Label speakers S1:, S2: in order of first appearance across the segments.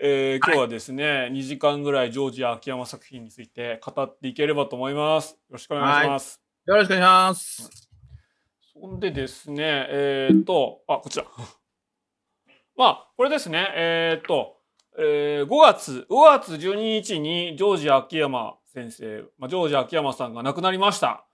S1: えー今日はですね、2時間ぐらいジョージ秋山作品について語っていければと思います。よろしくお願いします。
S2: よろしくお願いします。
S1: そんでですね、えーっと、あ、こちら。 まあ、これですね、えーっと、えー5月、5月12日にジョージ秋山先生、まあ、ジョージ秋山さんが亡くなりました。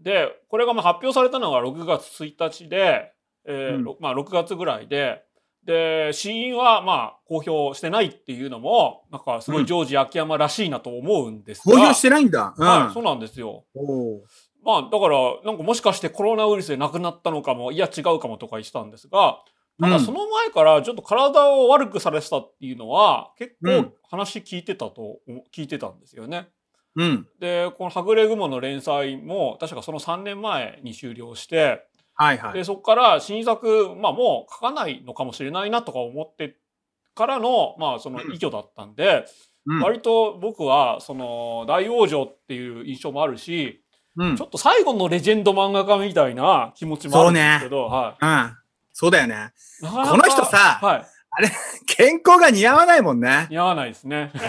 S1: で、これがまあ発表されたのが6月1日で、えー
S2: うん
S1: ろまあ、6月ぐらいで、で、死因はまあ公表してないっていうのも、なんかすごいジョージ秋山らしいなと思うんです
S2: 公
S1: が、
S2: 表してないんだ。
S1: はい、
S2: う
S1: そ
S2: ん。
S1: うなんですよ。
S2: おー
S1: まあだからなんかもしかしてコロナウイルスで亡くなったのかもいや違うかもとか言ってたんですがなんかその前からちょっと体を悪くされてたっていうのは結
S2: う
S1: 構
S2: ん
S1: 話聞いてたと、聞いてたんですよね。
S2: うん。
S1: でこの「はぐれ雲」の連載も確かその3年前に終了して
S2: はいはい。
S1: でそこから新作、まあ、もう書かないのかもしれないなとか思ってからの,、まあその
S2: うん
S1: 依拠だったんで、
S2: うん
S1: 割と僕はその大往生っていう印象もあるし
S2: うん。うん
S1: ちょ。っと最後のレジェンド漫画家みたいな気持ちもあるんですけど、は
S2: そうだよね。
S1: い、なかなか
S2: この人さ、
S1: は
S2: 健康が似合わないもんね
S1: い、。似合わないですね。
S2: うん。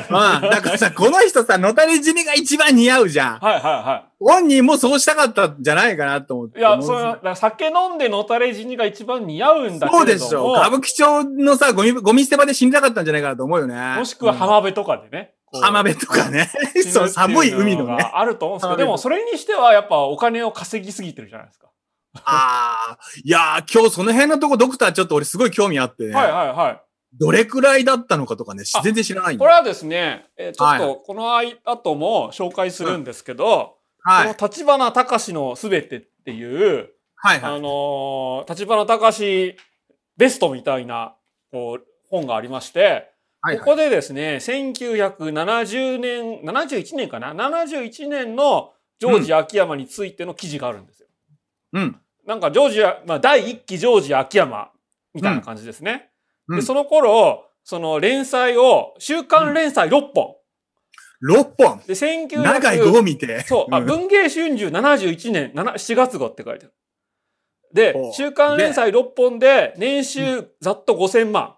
S2: だからさ、この人さ、のたれ死にが一番似合うじゃん。
S1: はいはいは
S2: 本人もそうしたかったんじゃないかなと思って。
S1: い。いや、それはだから酒飲んでのたれ死にが一番似合うんだけれども
S2: そ、うでしょ。歌舞伎町のさ、ゴミ、ゴミ捨て場で死にたかったんじゃないかなと思うよね。
S1: もしくは浜辺とかでね。こ
S2: う
S1: うん
S2: 浜辺とかね。
S1: 死ぬって
S2: そう、寒い海の
S1: う
S2: ね。
S1: があると思うんですけど、
S2: 浜
S1: で
S2: 辺
S1: もそれにしてはやっぱお金を稼ぎすぎてるじゃないですか。
S2: ああ。いやー、今日その辺のとこ、ドクターちょっと俺すごい興味あってね。
S1: はいはいはい。
S2: どれくらいだったのかとかね、し
S1: あ
S2: 全然知らないん
S1: こ
S2: だ
S1: れはですね、えーちょっ
S2: は
S1: とこの後も紹介するんですけど、
S2: はい。
S1: この立花隆のすべてっていう、
S2: はい
S1: あ
S2: はい。
S1: のー、立花隆ベストみたいなこう本がありまして、
S2: は
S1: こ
S2: いはい。
S1: こでですね、1970年、71年かな ?71 年のジョージ秋山についての記事があるんですよ。
S2: うん。
S1: なんかジョージあ、まあ、第一期ジョージ秋山みたいな感じですね。
S2: うんう
S1: で、
S2: ん
S1: その頃、その連載を、週刊連載6本。
S2: 6本。
S1: で、1900
S2: 長い5見て。
S1: そう、あ、
S2: うん
S1: 文芸春秋71年7、7月号って書いてある。で
S2: ほう、
S1: 週刊連載6本で、年収ざっと5000万。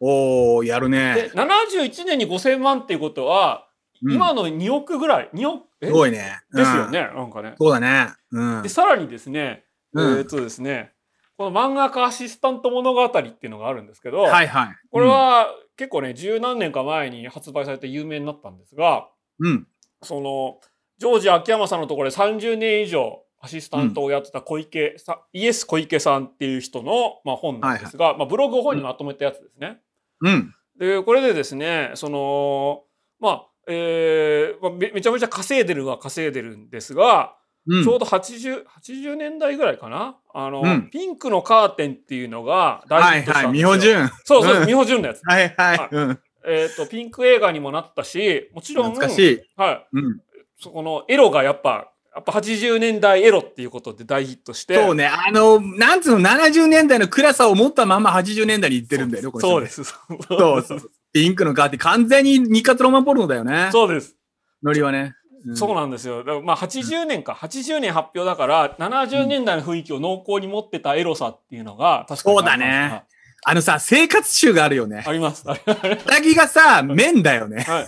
S2: おー、やる
S1: で、
S2: ね。
S1: 71年に5000万っていうことは、
S2: うん
S1: 今の2億ぐらい、2億、え
S2: すごいね。
S1: ですよ
S2: うん。
S1: ね、なんかね。
S2: そうだね。うん
S1: で、。さらにですね、
S2: うん
S1: えーっとですね、この漫画家アシスタント物語っていうのがあるんですけど、
S2: はいはい。
S1: これは結構ね、十何年か前に発売されて有名になったんですが、
S2: うん。うん。
S1: そのジョージ秋山さんのところで30年以上アシスタントをやってた小池さん、イエス小池さんっていう人の、まあ、本なんですが、まあ、ブログを本にまとめたやつですね。
S2: うん。
S1: でこれでですねそのまあえーまあめめちゃめちゃ稼いでるは稼いでるんですが、
S2: うん
S1: ちょうど 80, 80年代ぐらいかなあの、
S2: うん
S1: ピンクのカーテンっていうのが
S2: は
S1: 大
S2: い
S1: ヒットした
S2: はい。
S1: んで
S2: 美
S1: すよ。
S2: 穂潤。
S1: そうそうう、
S2: ん
S1: 美穂潤のやつ。
S2: はいは
S1: はい
S2: い。うん。
S1: えっ、と、ピンク映画にもなったし、もちろん、
S2: 懐かしい。
S1: はい、
S2: うん。
S1: そこのエロがやっぱ、やっぱ80年代エロっていうことで大ヒットして。
S2: そうね。あの、なんつうの、70年代の暗さを持ったまま80年代に行ってるんだよね、この人ね
S1: そうです。そうです。
S2: そうそう。ピンクのカーテン、完全に日活ロマンポルノだよね。
S1: そうです。
S2: ノリはね。うん
S1: そうなんですよ。だからまあ80年か、80年発表だから、70年代の雰囲気を濃厚に持ってたエロさっていうのが、確かに
S2: そうだねあのさ、生活集があるよね。
S1: あります。あります。ありま
S2: うなぎがさ、麺だよね。
S1: すはい。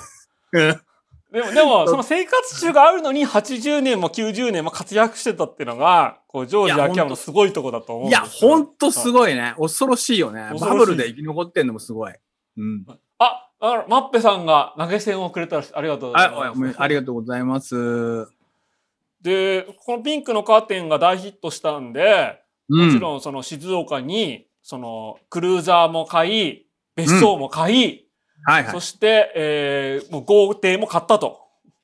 S2: うん
S1: でも、でも、その生活中があるのに、80年も90年も活躍してたっていうのが、こう、ジョージ・秋山のすごいとこだと思うん
S2: い
S1: で
S2: や、
S1: すよ
S2: ほんとすごいね。恐ろしいよね。
S1: 恐ろし
S2: バ
S1: い
S2: ブルで生き残ってんのもすごい。うん。
S1: あ、あのマッペさんが投げ銭をくれたらしいありがとうござい
S2: あ
S1: ます。
S2: おいおめありがとうございます。うん。
S1: でこのピンクのカーテンが大ヒットしたんでもちろんその静岡にそのクルーザーも買い別荘も買い、
S2: はいは
S1: そ
S2: い。
S1: して、えーもう豪邸も買ったと、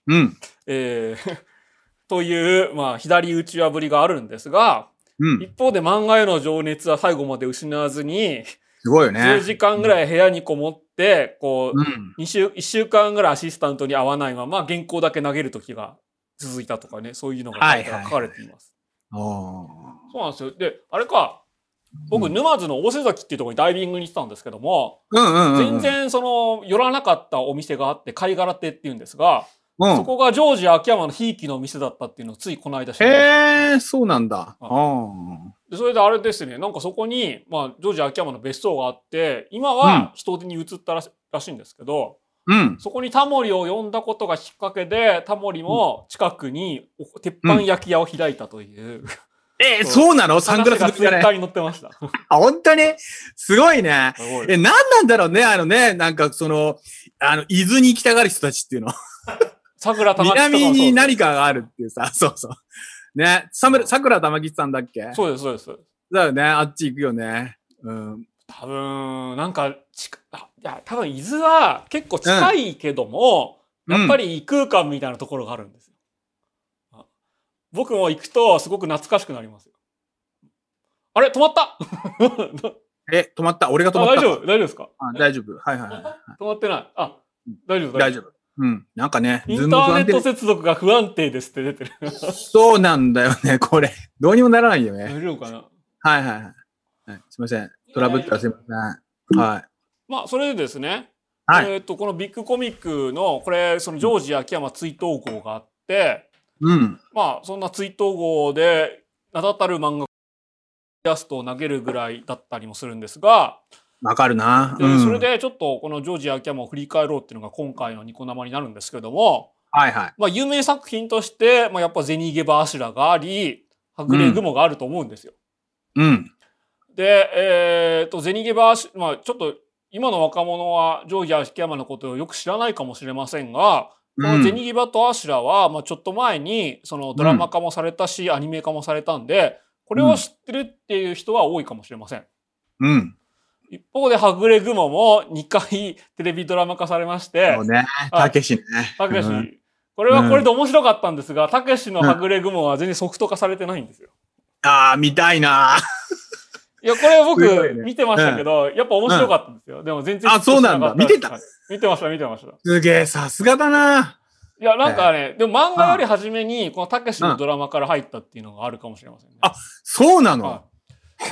S2: うん。
S1: えー という、まあ、左打ち破りがあるんですが
S2: うん。
S1: 一方で漫画への情熱は最後まで失わずに
S2: すごいよね
S1: 10。時間ぐらい部屋にこもってこう
S2: うん。
S1: 2週1週間ぐらいアシスタントに会わないまま原稿だけ投げる時が続いたとかねそういうのが書いて
S2: はいはいはい
S1: 書かれています。
S2: おー
S1: そうなんですよ。で、あれか、僕、
S2: うん
S1: 沼津の大瀬崎っていうところにダイビングに行ってたんですけども、
S2: うんうんう
S1: 全、
S2: ん。
S1: 然その、寄らなかったお店があって、貝殻亭っていうんですが、
S2: うん
S1: そ。こがジョージ秋山のひいきのお店だったっていうのをついこの間知りました
S2: へえ、そうなんだ。
S1: あ
S2: あー
S1: でそれであれですね、なんかそこに、まあ、ジョージ秋山の別荘があって、今は人手に移ったらし,、らしいんですけど、
S2: うん。
S1: そこにタモリを呼んだことがきっかけで、タモリも近くにお鉄板焼き屋を開いたという、
S2: えー
S1: そう
S2: そうなのサングラス
S1: が
S2: ぶ
S1: ツ
S2: つ
S1: イ
S2: か
S1: ッ
S2: れ
S1: タ。ーに載ってました。
S2: あ、本当にすごいね。
S1: すごい
S2: え、何なんだろうね、あのね、なんかその、あの、伊豆に行きたがる人たちっていうの。
S1: 桜玉木さん
S2: 南に何かがあるっていうさ、 そうそう。ね、さむ桜玉吉さんだっけ
S1: そうです、そうです。
S2: だよね、あっち行くよね。うん。
S1: 多分、なんか、ちかあいや、多分、伊豆は結構近いけども、やっぱ
S2: り、
S1: り異空間みたいなところがあるんですよ。あ僕も行くとすごく懐かしくなりますよ。あれ止まった
S2: え、止まった。俺が止ま
S1: あ
S2: った。
S1: 大丈夫大丈夫ですか
S2: あ大丈夫。はいは いは
S1: 止まってない。あ、大丈夫
S2: い。大丈夫。うん。なんかね、
S1: イ
S2: ズー
S1: ン
S2: ム
S1: ター
S2: 不
S1: ネ
S2: 安
S1: ット
S2: 定。
S1: 接続が不安定ですって出てる。
S2: そうなんだよね、 これ。どうにもならないよね。
S1: 大丈夫かな
S2: はいはいはい。はい、すいません。トラブったらすいません。はい。
S1: まあ、それでですね、
S2: はい。
S1: えっ、と、このビッグコミックの、これ、そのジョージ秋山追悼号があって、
S2: うん。
S1: まあ、そんな追悼号で、名だたる漫画イラストを投げるぐらいだったりもするんですが、
S2: わかるな。
S1: で
S2: うん。
S1: それ。でちょっとこのジョージ秋山を振り返ろうっていうのが今回のニコ生になるんですけども、
S2: はいはい。
S1: まあ、有名作品として、まあ、やっぱ「ゼニゲバアシュラ」があり「はぐれ雲」があると思うんですよ。
S2: うん。
S1: で、えー、とゼニゲバアシュまあちょっと今の若者はジョージ秋山のことをよく知らないかもしれませんが、このゼニゲバとアシュラは、まあ、ちょっと前にそのドラマ化もされたし、アニメ化もされたんでこれを知ってるっていう人は多いかもしれません。
S2: うん。うん。
S1: 一方で、はぐれ雲も2回テレビドラマ化されまして
S2: そう、ね。
S1: はい
S2: たけしね。
S1: たけし
S2: うん、
S1: これはこれで面白かったんですが、たけしのはぐれ雲は全然ソフト化されてないんですよ。
S2: ああ、見たいな。
S1: いや、これ
S2: すごいね
S1: 僕見てましたけど、やっぱ面白かったんですよ。でも全然。
S2: あそうなんだ見てた
S1: はい見てました、見てました。
S2: すげえ、さすがだな。
S1: いや、なんかね、でも漫画より初めに、このたけしのドラマから入ったっていうのがあるかもしれませんね。
S2: あそうな
S1: は
S2: の。へえ。
S1: い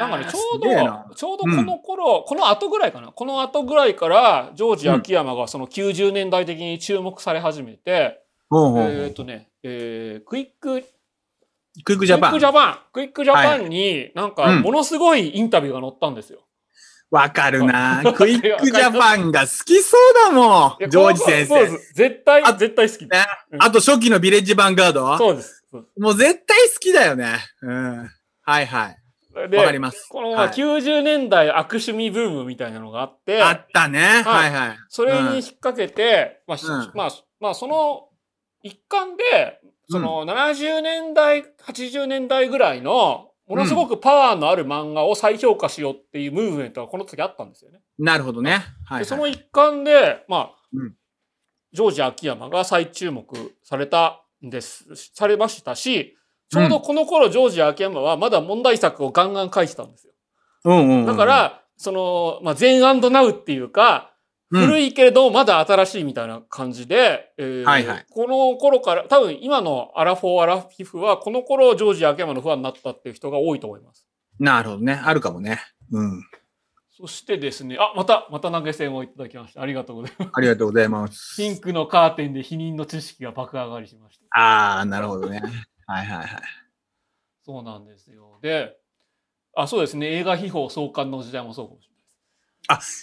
S1: なんかね、ちょう
S2: すげえな
S1: ど、ちょうどこの頃、この後ぐらいかな。この後ぐらいから、ジョージ秋山がその90年代的に注目され始めて、
S2: ほうほうほ
S1: え
S2: う
S1: っとね、えークイック
S2: クイックジャ
S1: クイッ
S2: パ
S1: ク
S2: ン
S1: ジ。ャパン。クイックジャパンに、なん
S2: う
S1: か、
S2: ん
S1: ものすごいインタビューが載ったんですよ。
S2: わかるな。クイックジャパンが好きそうだも
S1: いや
S2: ん。ジョージ先
S1: この子そ
S2: 生
S1: う。です。絶対
S2: あ、
S1: 絶対好きで
S2: ねあと初期のヴィレッジヴァンガー
S1: す。
S2: ド
S1: そうです。そう
S2: もう絶対好きだよね。うん。はいはい。
S1: です
S2: わかり
S1: で、
S2: ます。
S1: この
S2: はい
S1: 90年代悪趣味ブームみたいなのがあって、
S2: あったね。はいはい。
S1: それに引っ掛けて、まあし
S2: うん、
S1: まあ、まあ、その一環で、その70年代、80年代ぐらいの、ものすごくパワーのある漫画を再評価しようっていうムーブメントがこの時あったんですよね。
S2: なるほどね。はい、は
S1: で
S2: い。
S1: その一環で、まあ
S2: うん
S1: ジョージ秋山が再注目されたんですされましたしちょうどこの頃、ジョージ秋山はまだ問題作をガンガン書いてたんですよ。
S2: うんうんうん
S1: だか、ら、その、まあ、前ナウっていうか、
S2: うん
S1: 古いけれどもまだ新しいみたいな感じで、えー
S2: はいはい
S1: この頃から、多分今のアラフォー、アラフィフは、この頃、ジョージ秋山のファンになったっていう人が多いと思います。
S2: なるほどね。あるかもね。うん。
S1: そしてですね、あ、また、また投げ銭をいただきました。ありがとうございます。
S2: ありがとうございま す。
S1: ピンクのカーテンで否認の知識が爆上がりしました。
S2: ああ、なるほどね。はいはいはい。
S1: そうなんですよ。で、あ、そうですね。映画秘宝創刊の時代もそうかもし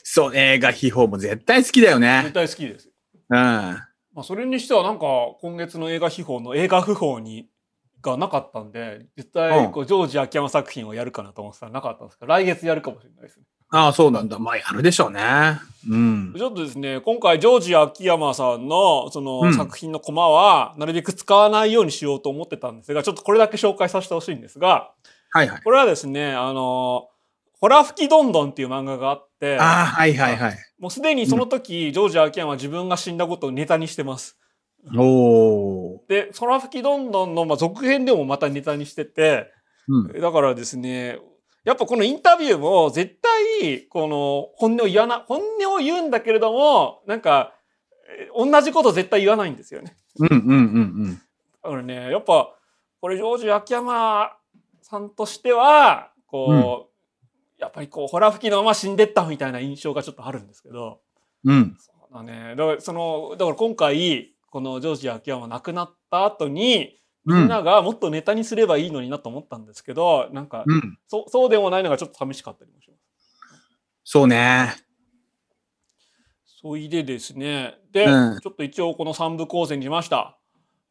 S2: そう、映画秘宝も絶対好きだよ
S1: れない。絶
S2: ね。
S1: 対好きですよ。
S2: うん。
S1: まあ、それにしてはなんか、今月の映画秘宝の映画不法に、がなかったんで、絶対こう、ジョージ秋山作品をやるかなと思ってたらなかったんですけど、来月やるかもしれないですね。
S2: ああ、そうなんだ。まあ、やるでしょうね。うん。
S1: ちょっとですね、今回、ジョージ秋山さんの、その、
S2: うん
S1: 作品のコマは、なるべく使わないようにしようと思ってたんですが、ちょっとこれだけ紹介させてほしいんですが、
S2: はいはい。
S1: これはですね、あのホラ吹きどんどんっていう漫画があって、
S2: ああ、はいはいはい。
S1: もうすでにその時、ジョージ・アキヤンは自分が死んだことをネタにしてます。
S2: おー。
S1: で、空吹きどんどんの、まあ、続編でもまたネタにしてて、
S2: うん。
S1: だからですね、やっぱこのインタビューも絶対、この本音を言わな、本音を言うんだけれども、なんか、え同じこと絶対言わないんですよね。
S2: うんうんうん
S1: だからね、やっぱ、これ、ジョージ秋山さんとしては、こう、やっぱりこう、ホラ吹きのまま死んでったみたいな印象がちょっとあるんですけど、
S2: うん。うん。
S1: そうだね。だから、その、だから今回、このジョージ秋山亡くなった後に、
S2: う
S1: みん
S2: ん。
S1: ながもっとネタにすればいいのになと思ったんですけど、なんか、
S2: うん。
S1: そそうでもないのがちょっと寂しかったりもします。
S2: そうね。
S1: そいでですね、で、
S2: うん
S1: ちょっと一応この3部構成にしました。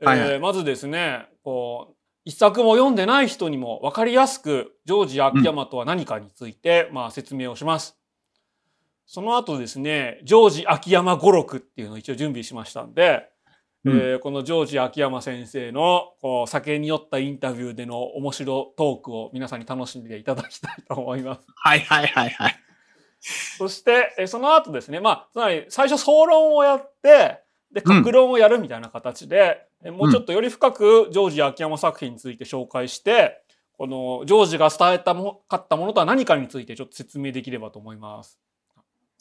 S1: えー
S2: はいはい
S1: まずですね、こう、一作も読んでない人にも分かりやすく、ジョージ・秋山とは何かについて、まあ説明をします。その後ですね、ジョージ・秋山語録っていうのを一応準備しましたんで、
S2: うん
S1: えーこのジョージ・秋山先生のこう酒に酔ったインタビューでの面白トークを皆さんに楽しんでいただきたいと思います。
S2: はいはいはいはい。
S1: そして、えーその後ですね、まあ、つまり最初総論をやって、で、
S2: うん
S1: 格論をやるみたいな形で、えーもうちょっとより深くジョージ秋山作品について紹介して、このジョージが伝えたも、かったものとは何かについてちょっと説明できればと思います。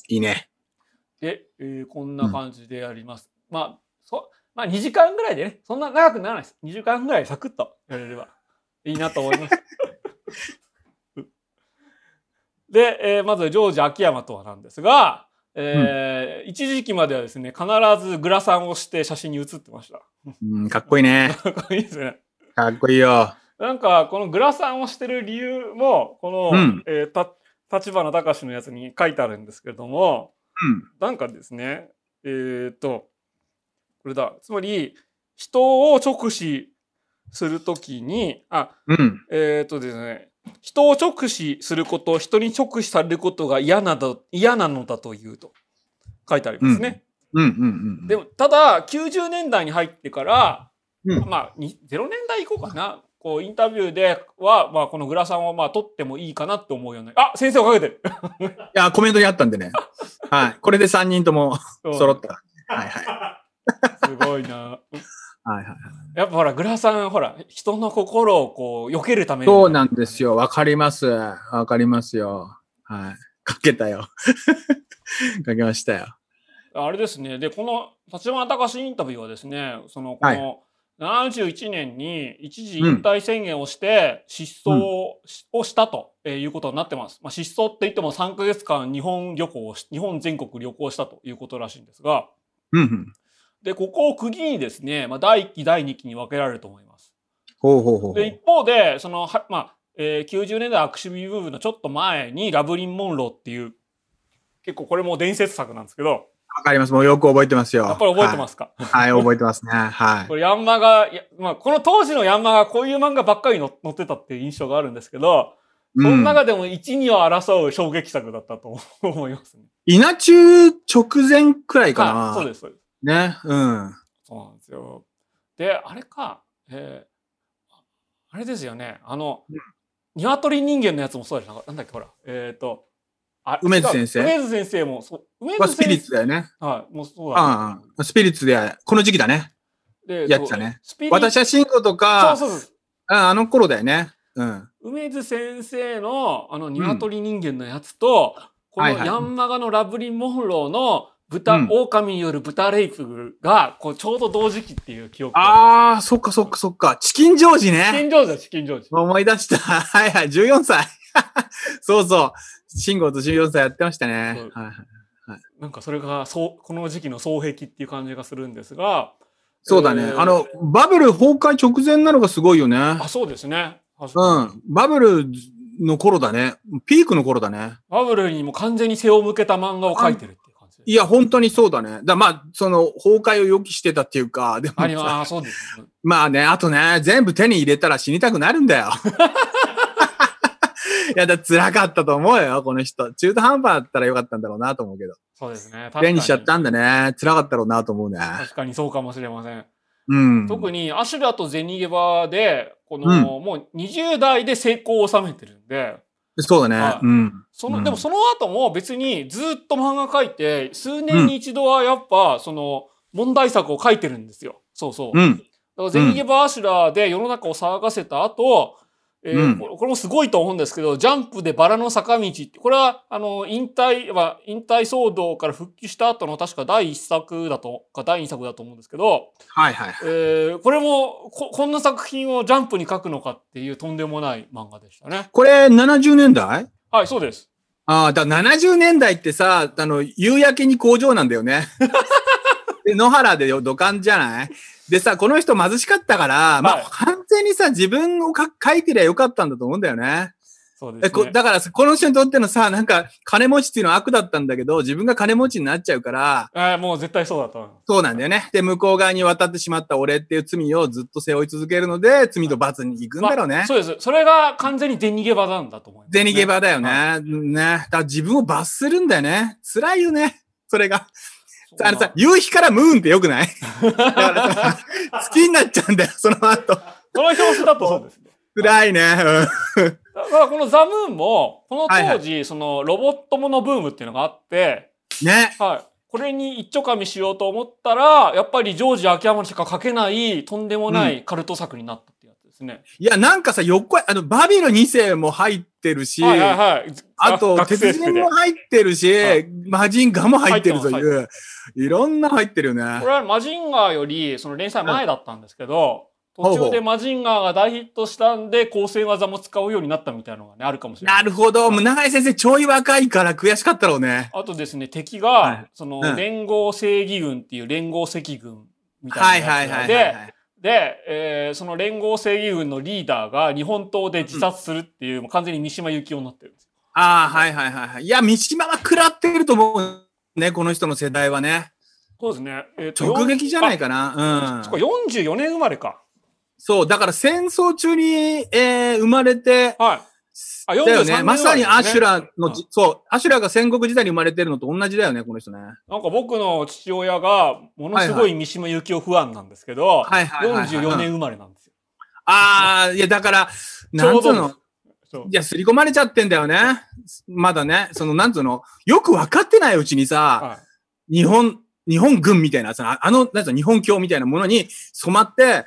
S2: いいね。
S1: で、えーこんな感じでやります。まあ、そ、まあ2時間ぐらいでね、そんな長くならないです。2時間ぐらいサクッとやれればいいなと思います。 で、えーまずジョージ秋山とはなんですが、えー一時期まではですね、必ずグラサンをして写真に写ってました。
S2: うん、かっこいいね。
S1: かっこいいですね。
S2: かっこいいよ。
S1: なんか、このグラサンをしてる理由も、この、
S2: うん
S1: えーた、立花隆のやつに書いてあるんですけれども、
S2: うん。
S1: なんかですね、えー、っと、これだ。つまり、人を直視するときに、あ、
S2: うん。
S1: えー、っとですね、人を直視すること、人に直視されることが嫌など嫌なのだというと書いてありますね。
S2: うんうんうん。
S1: で
S2: も、
S1: も、ただ、90年代に入ってから、
S2: うん
S1: まあ、に0年代以降かな。こう、インタビューでは、まあ、このグラさんを、まあ、撮ってもいいかなって思うようになあ、先生をかけてる
S2: いや、コメントにあったん でね。はい。これで3人とも
S1: うん
S2: 揃 った。はいはい。
S1: すごいな。
S2: はいはい。
S1: やっぱほら、グラさん、ほら、人の心をこう、避けるために。
S2: そうなんですよ。わかります。わかりますよ。はい。かけたよ。 かけましたよ。
S1: あれですね。で、この、立花隆インタビューはですね、その、こ
S2: はい
S1: の、71年に一時引退宣言をして、失踪をしをしたとえーいうことになってます。まあ、失踪って言っても3ヶ月間日本旅行をし、日本全国旅行したということらしいんですが、
S2: うんうん。
S1: で、ここを区切りですね、まあ、第1期、第2期に分けられると思います。
S2: ほうほうほうほ
S1: で
S2: う。
S1: 一方でそのは、まあえー90年代アクシビブームのちょっと前にラブリン・モンローっていう結構これも伝説作なんですけど
S2: わかります。もうよく覚えてますよ。。
S1: やっぱり覚えてますすか、
S2: はい、覚えてますね。はい
S1: こ。れヤンマが、いやまあ、この当時のヤンマがこういう漫画ばっかりの載ってたっていう印象があるんですけど、
S2: う
S1: その
S2: ん。
S1: 中でも12を争う衝撃作だったと思いますね。
S2: 稲中直前くらいか
S1: はいそう
S2: な。
S1: ですそうです
S2: ね。うん。
S1: そうなんですよであれか、えーあれですよねあの、
S2: うん
S1: 鶏人間のやつもそうでしたなんだっけほらえっ、とあ
S2: 梅津
S1: 違う
S2: 先生
S1: 梅津先生もそう梅
S2: は
S1: 津
S2: スピリ
S1: 先
S2: ッツ
S1: 生
S2: だよね。
S1: はいもうそうだ
S2: ああ、スピリッツで、この時期だね。
S1: で
S2: やってたね
S1: そうスピリ
S2: 私は慎吾とか、
S1: そうそうそう
S2: ああの頃だよね。うん。
S1: 梅津先生のあの鶏人間のやつと、この
S2: はいはい
S1: ヤンマガのラブリン・モフローの豚、
S2: うん
S1: 狼による豚レイプがこうちょうど同時期っていう記憶あ
S2: ああ、そっかそっかそっか。チキンジョージ
S1: チキ
S2: ね。
S1: ンジョージだチキンジョージ
S2: 思い出した。 はいはい、14歳。 そうそう。慎吾と14歳やってました
S1: そ
S2: ね
S1: う。
S2: はいはい
S1: なんかそれがそうこの時期の双璧っていう感じがするんですが
S2: そうだね。
S1: えー
S2: あの、バブル崩壊直前なのがすごいよね。。
S1: あそうですねあそううん
S2: バブルの頃だね。ピークの頃だね。
S1: バブルにも完全に背を向けた漫画を描いてるっていう感じ
S2: いや、本当にそうだね。だまあ、その、崩壊を予期してたっていうか、でも
S1: あり
S2: さ
S1: ますあそうですね
S2: まあね、あとね、全部手に入れたら死にたくなるん だよ。いや、だ辛かったと思うよ、この人。中途半端だったらよかったんだろうなと思うけど。
S1: そうです ね
S2: 手にしちゃった
S1: ん
S2: んだね。辛かったろうなと思うね。
S1: 確かにそうかもしれません
S2: うん。
S1: 特
S2: に。
S1: にアシュラとゼニゲバでこの、
S2: うん
S1: もう20代で成功を収めてるんで
S2: そうだね
S1: は。い
S2: うん。
S1: その、
S2: うん
S1: でもその後も別にずっと漫画描いて数年に一度はやっぱその問題作を書いてるんですよ。そうそう。だ
S2: う
S1: か
S2: ん。
S1: らゼニゲバアシュラで世の中を騒がせた後、えー
S2: うん
S1: これこれもすごいと思うんですけど、ジャンプでバラの坂道って、これは、あの、引退は、引退騒動から復帰した後の確か第一作だと、か第二作だと思うんですけど、
S2: はいはい。
S1: えーこれもこ、こんな作品をジャンプに書くのかっていうとんでもない漫画でしたね。
S2: これ、70年代
S1: はい、そうです。
S2: ああ、だから70年代ってさ、あの、夕焼けに工場なんだよね。で、野原でよ土管じゃないでさ、この人貧しかったから、ま
S1: は
S2: あ
S1: い、
S2: 完全にさ、自分をか書いてりゃよかったんだと思うんだよね。
S1: そうで
S2: え
S1: す
S2: こ
S1: ね。
S2: だからさ、この人にとってのさ、なんか、金持ちっていうのは悪だったんだけど、自分が金持ちになっちゃうから、
S1: あーもう絶対そうだと思います。
S2: そうなんだよね。で、向こう側に渡ってしまった俺っていう罪をずっと背負い続けるので、罪と罰に行くんだろうね。
S1: そうです。それが完全に出逃げ場なんだと思います、
S2: デニゲバだよね。
S1: は
S2: うんね。だから自分を罰するんだよね。辛いよね。それが。
S1: そうな
S2: あ
S1: ん
S2: のさ、夕日からムーンってよくない だからさ、好きになっちゃうんだよ、その後。
S1: この表紙だとそうですね。
S2: 辛いね。うん
S1: だからこのザ・ムーンも、この当時、
S2: はい
S1: そのロボットものブームっていうのがあって、
S2: ね。
S1: はい。これに一丁噛みしようと思ったら、やっぱりジョージ秋山にしか書けない、とんでもないカルト作になったってやつですね。
S2: いや、なんかさ、横へ、あの、バビル2世も入ってるし、
S1: はいはいはい。
S2: あと、
S1: 学
S2: 鉄
S1: 生服
S2: 人
S1: で。
S2: も
S1: こ
S2: 入ってるし、
S1: はい
S2: マジンガも入ってると
S1: 入っ
S2: いう、いろんな入ってるよね
S1: れ。はマジンガーより、その連載前だったんですけど、
S2: ほうほう
S1: 途中でマジンガーが大ヒットしたんで、構成技も使うようになったみたいなのがね、あるかもしれない。
S2: なるほど。もう長井先生、ちょい若いから悔しかったろうね。
S1: あとですね、敵
S2: は
S1: が
S2: い、
S1: その
S2: う、ん
S1: 連合正義軍っていう連合赤軍みた
S2: はいい
S1: な
S2: は
S1: や
S2: い
S1: つ
S2: は
S1: ないん
S2: はい
S1: で
S2: は、い。
S1: で、えーその連合正義軍のリーダーが日本刀で自殺するっていう、もう完全に三島由紀夫になってるんですよ。
S2: ああ、はいはいはいはい。いや、三島は食らってると思うね、この人の世代はね。
S1: そうですね。えーと
S2: 直撃じゃない
S1: か。
S2: かな。
S1: あそっ
S2: う
S1: か、
S2: ん。
S1: 44年生まれか。
S2: そう、だから戦争中に、えー生まれて、
S1: はい。あ43
S2: だよ
S1: 年
S2: ね。まさにアシュラ
S1: う
S2: の
S1: ん
S2: じ、そう、アシュラが戦国時代に生まれてるのと同じだよね、この人ね。
S1: なんか僕の父親が、ものすごい三島由紀夫不安なんですけど、
S2: はいはいはいはい
S1: 44年生まれなんですよ。
S2: ああ、いや、だから、なんつうの、
S1: そう
S2: いや、刷り込まれちゃってんだよね。まだね、その、なんつうの、よく分かってないうちにさ、
S1: はい
S2: 日本、日本軍みたいな、その、ああの、なんつうの、日本教みたいなものに染まって、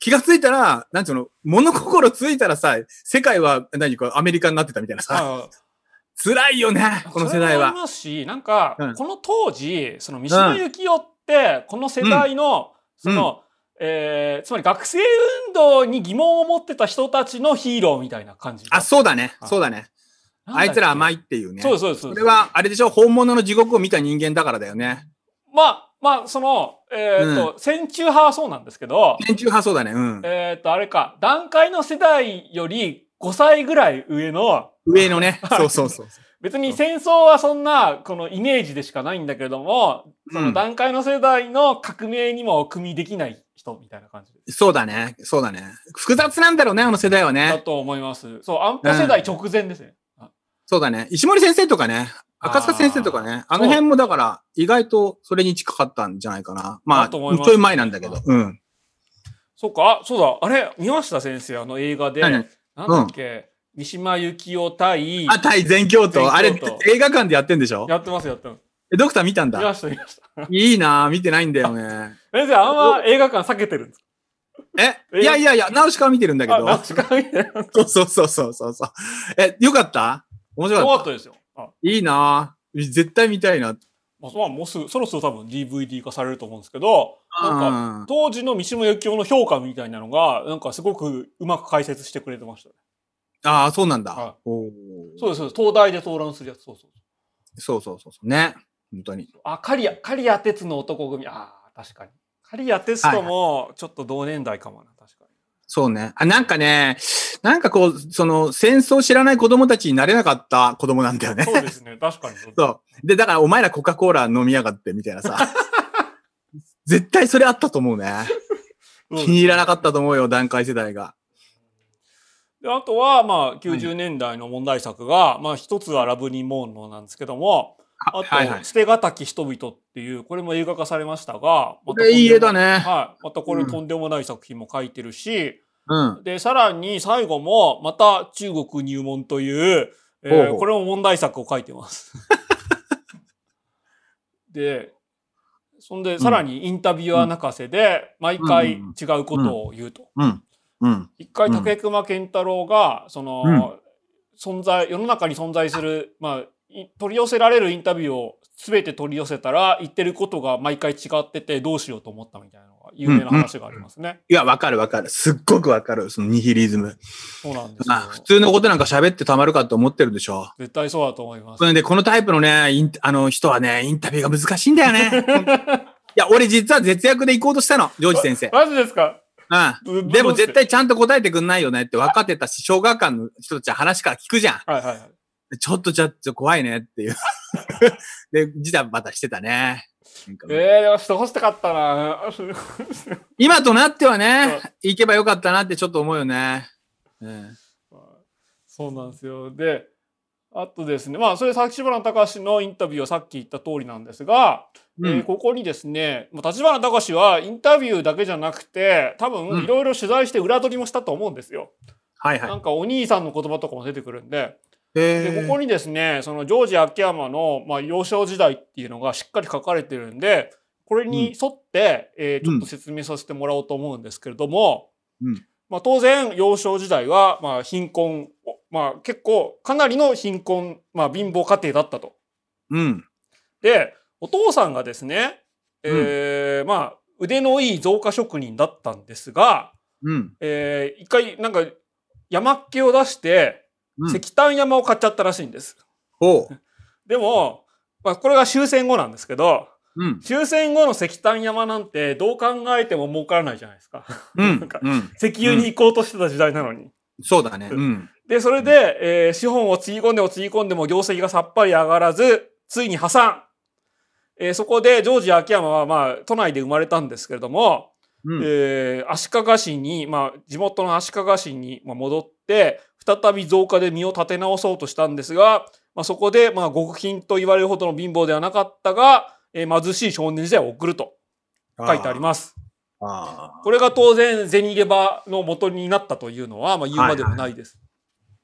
S2: 気がついたら、なんつうの、物心ついたらさ、世界は、何かアメリカになってたみたいなさ、
S1: はい
S2: 辛いよね、この
S1: それ
S2: 世代
S1: もあり
S2: は。
S1: ますし、なんか、
S2: うん
S1: この当時、その三島由紀夫って、この世代の、その、えーつまり学生運動に疑問を持ってた人たちのヒーローみたいな感じ。
S2: あ、そうだね
S1: あ、
S2: そうだね。
S1: なんだ
S2: あ
S1: っけ
S2: いつら甘いっていうね。
S1: そうですそうですそう
S2: そ
S1: です。
S2: れは、あれでしょ本物の地獄を見た人間だからだよね。
S1: まあ、まあ、その、えーっと、戦中派はそうなんですけど、
S2: 天中派そうだね。うん。
S1: えーっと、あれか、段階の世代より5歳ぐらい上の、
S2: 上 のね。そうそうそう。
S1: 別に戦争はそんな、このイメージでしかないんだけれども、その段階の世代の革命にも組みできない人みたいな感じです。
S2: そうだね。そうだね。複雑なんだろうね、あの世代は
S1: だ
S2: ね。
S1: と思います。そう、安保世代直前ですね。あ
S2: そうだね。石森先生とかね。赤塚先生とかね。
S1: あー
S2: あの辺もだから、意外とそれに近かったんじゃないかな。ま
S1: だ
S2: あ、
S1: と
S2: ち
S1: 思います
S2: ょい前なんだけど。うん。
S1: そうか、あ、そうだ、あれ、見ました先生、あの映画で。
S2: 何
S1: なん
S2: 々
S1: だっけ、三島由紀夫対、
S2: あ、対全教
S1: 全教徒
S2: 徒。あれ、映画館でやってんでしょ
S1: やってます、やってます。
S2: え、ドクター見たん
S1: 見
S2: だ。
S1: ました、見ました。
S2: いいなぁ、見てないんだよね。
S1: 先生、あんま映画館避けてるんですか
S2: え、いやいやいや、ナウシカは見てるんだけ
S1: あ、
S2: ど
S1: 何。時間見てなかっ
S2: そうそうそうそうそう。え、よかった面白
S1: た。
S2: か
S1: よ
S2: っ
S1: か
S2: た
S1: ったですよ。あ
S2: いいなぁ絶対見たいな。
S1: まあ、もうすぐ、そろそろ多分 DVD 化されると思うんですけど、なんか、
S2: うん
S1: 当時の三島由紀夫の評価みたいなのが、なんかすごくうまく解説してくれてましたね。
S2: ああ、そうなん
S1: はい
S2: だ。おー
S1: そうです、そうです。東大で討論するやつ、そうそうそう。
S2: そうそうそうそう。ね。本当に。
S1: あ、カリア、カリア鉄の男組。ああ、確かに。カリア鉄とも、ちょっと同年代かもな、確かに。
S2: そうね。あ、なんかね、なんかこう、その、戦争を知らない子供たちになれなかった子供なんだよ ね。
S1: そうですね、確かに。
S2: そう。で、だからお前らコカ・コーラ飲みやがって、みたい なさ。絶対それあったと思うね。気に入らなかったと思うよ、段階世代が。
S1: であとは、まあ、90年代の問題作が、まあ、一つはラブニモーノなんですけども、あと、
S2: はいはい
S1: 捨てがたき人々っていう、これも映画化されましたが、ま
S2: これいい絵だ
S1: ね。
S2: ね。
S1: はい。またこれ
S2: うん
S1: とんでもない作品も書いてるし、
S2: うん。
S1: で、さらに最後も、また中国入門という、えー
S2: ほうほう
S1: これも問題作を書いてます。 で、そんで、さらにインタビュアー泣かせで、毎回違うことを言うと。
S2: うん。うん。
S1: 一回竹熊健太郎が、その、存在、世の中に存在する、まあ、い取り寄せられるインタビューを全て取り寄せたら、言ってることが毎回違ってて、どうしようと思ったみたいなのが有名な話がありますね。
S2: いや、わかるわかる。すっごくわかる。そのニヒリズム。
S1: そうなんですよ
S2: まあ、普通のことなんか喋ってたまるかと思ってるでしょ。
S1: 絶対そうだと思います
S2: そ。れで、このタイプのね、インあの人はね、インタビューが難しいんだよね。いや、俺実は絶約で行こうとしたの、ジョージ先生。
S1: マジですか
S2: う
S1: どどうし
S2: ん。
S1: て
S2: でも絶対ちゃんと答えてくんないよねって分かってたし、小学館の人たちは話から聞くじゃん。
S1: はいはいはい。
S2: ちょっとちょっと怖いねっていう。 で、自体またしてたね。なんか
S1: ええー、でもしてほしかったな。
S2: 今となってはね、行けばよかったなってちょっと思うよね。うん、
S1: そうなんですよ。で、あとですね、まあ、それ、立花隆のインタビューはさっき言った通りなんですが、
S2: う
S1: えー
S2: ん、
S1: ここにですね、もう立花隆はインタビューだけじゃなくて、多
S2: う
S1: 分
S2: ん
S1: いろいろ取材して裏取りもしたと思うんですよ。
S2: はいは。
S1: ないんかお兄さんの言葉とかも出てくるんで、で
S2: え
S1: ここにですね、そのジョージ秋山のまあ幼少時代っていうのがしっかり書かれてるんで、これに沿って、えーちょっと説明させてもらおうと思うんですけれども、
S2: うん
S1: まあ当然幼少時代はまあ貧困、まあ結構かなりの貧困、まあ貧乏家庭だったと。
S2: うん。
S1: でお父さんがですね、えーまあ腕のいい造花職人だったんですが、
S2: うん。
S1: えー一回なんか山っ気を出して
S2: うん
S1: 石炭山を買っちゃったらしいんです。
S2: ほう。
S1: でも、まあ、これが終戦後なんですけど
S2: うん。
S1: 終戦後の石炭山なんてどう考えても儲からないじゃないですか。
S2: う
S1: なん
S2: ん
S1: か。
S2: うん。
S1: 石油に行こうとしてた時代なのに。
S2: そうだね。うん。
S1: で、それで、えー資本をつぎ込んでもつぎ込んでも業績がさっぱり上がらず、ついに破産。えーそこで、ジョージ秋山は、まあ、都内で生まれたんですけれども、
S2: うん。
S1: えー足利市に、まあ、地元の足利市にまあ戻って、再び増加で身を立て直そうとしたんですが、まあ、そこで、まあ、極貧と言われるほどの貧乏ではなかったが、えー貧しい少年時代を送ると書いてあります。
S2: ああ。
S1: これが当然、銭入れ場の元になったというのは、まあ、言うまでもないです。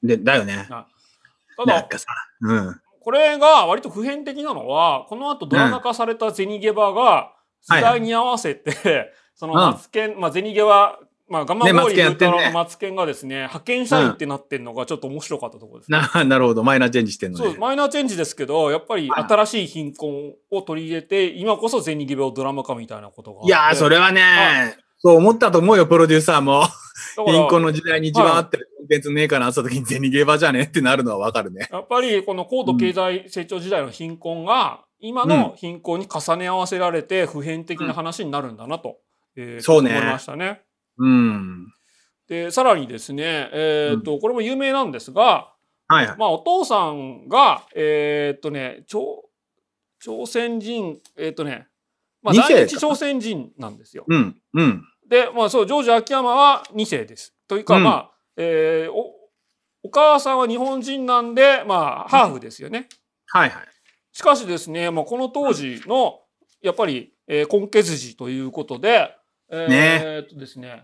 S2: で、だよね。
S1: ただ
S2: なん、かさ。うん。
S1: これが割と普遍的なのは、この後ドラマ化されたゼニゲバが、時代に合わせて、 その
S2: うん
S1: マツケン、まあゼニゲバ、まあガンマ
S2: ね
S1: ゴ
S2: マ
S1: ー
S2: ツ
S1: リ
S2: ケンや
S1: ウ
S2: っ
S1: ルト
S2: てんね
S1: ラのマツケンがですね、派遣社員ってなってるのがちょっと面白かったところですね。
S2: な、なるほど。マイナーチェンジしてんの
S1: そう、
S2: ね。
S1: マイナーチェンジですけど、やっぱり
S2: はい
S1: 新しい貧困を取り入れて、今こそゼニゲバをドラマ化みたいなことが。
S2: いやー、そ
S1: れ。
S2: れはね、そう思ったと思うよ、プロデューサーも。
S1: だから
S2: 貧困の時代に一番合ってるコンテンツねえかなった時に銭ゲーバーじゃねえってなるのはわかるね。
S1: やっぱりこの高度経済成長時代の貧困が、今の貧困に重ね合わせられて普遍的な話になるんだなと、えー
S2: そうね
S1: 思いましたね。
S2: うん。
S1: でさらにですね、えーっとこれも有名なんですが、
S2: はいはい。
S1: まあ、お父さんがえーっとね朝朝鮮人えーっとね、まあ、
S2: 二世
S1: 在日
S2: か
S1: 朝鮮人なんですよ。
S2: うん。うん。
S1: で、まあ、そうジョージ秋山は2世です。というか、
S2: うん
S1: まあえーおお母さんは日本人なんで、まあ、ハーフですよね。
S2: はいはい。
S1: しかしですね、まあ、この当時のやっぱり、えー、根血児ということで、えー
S2: ね
S1: えーっとですね、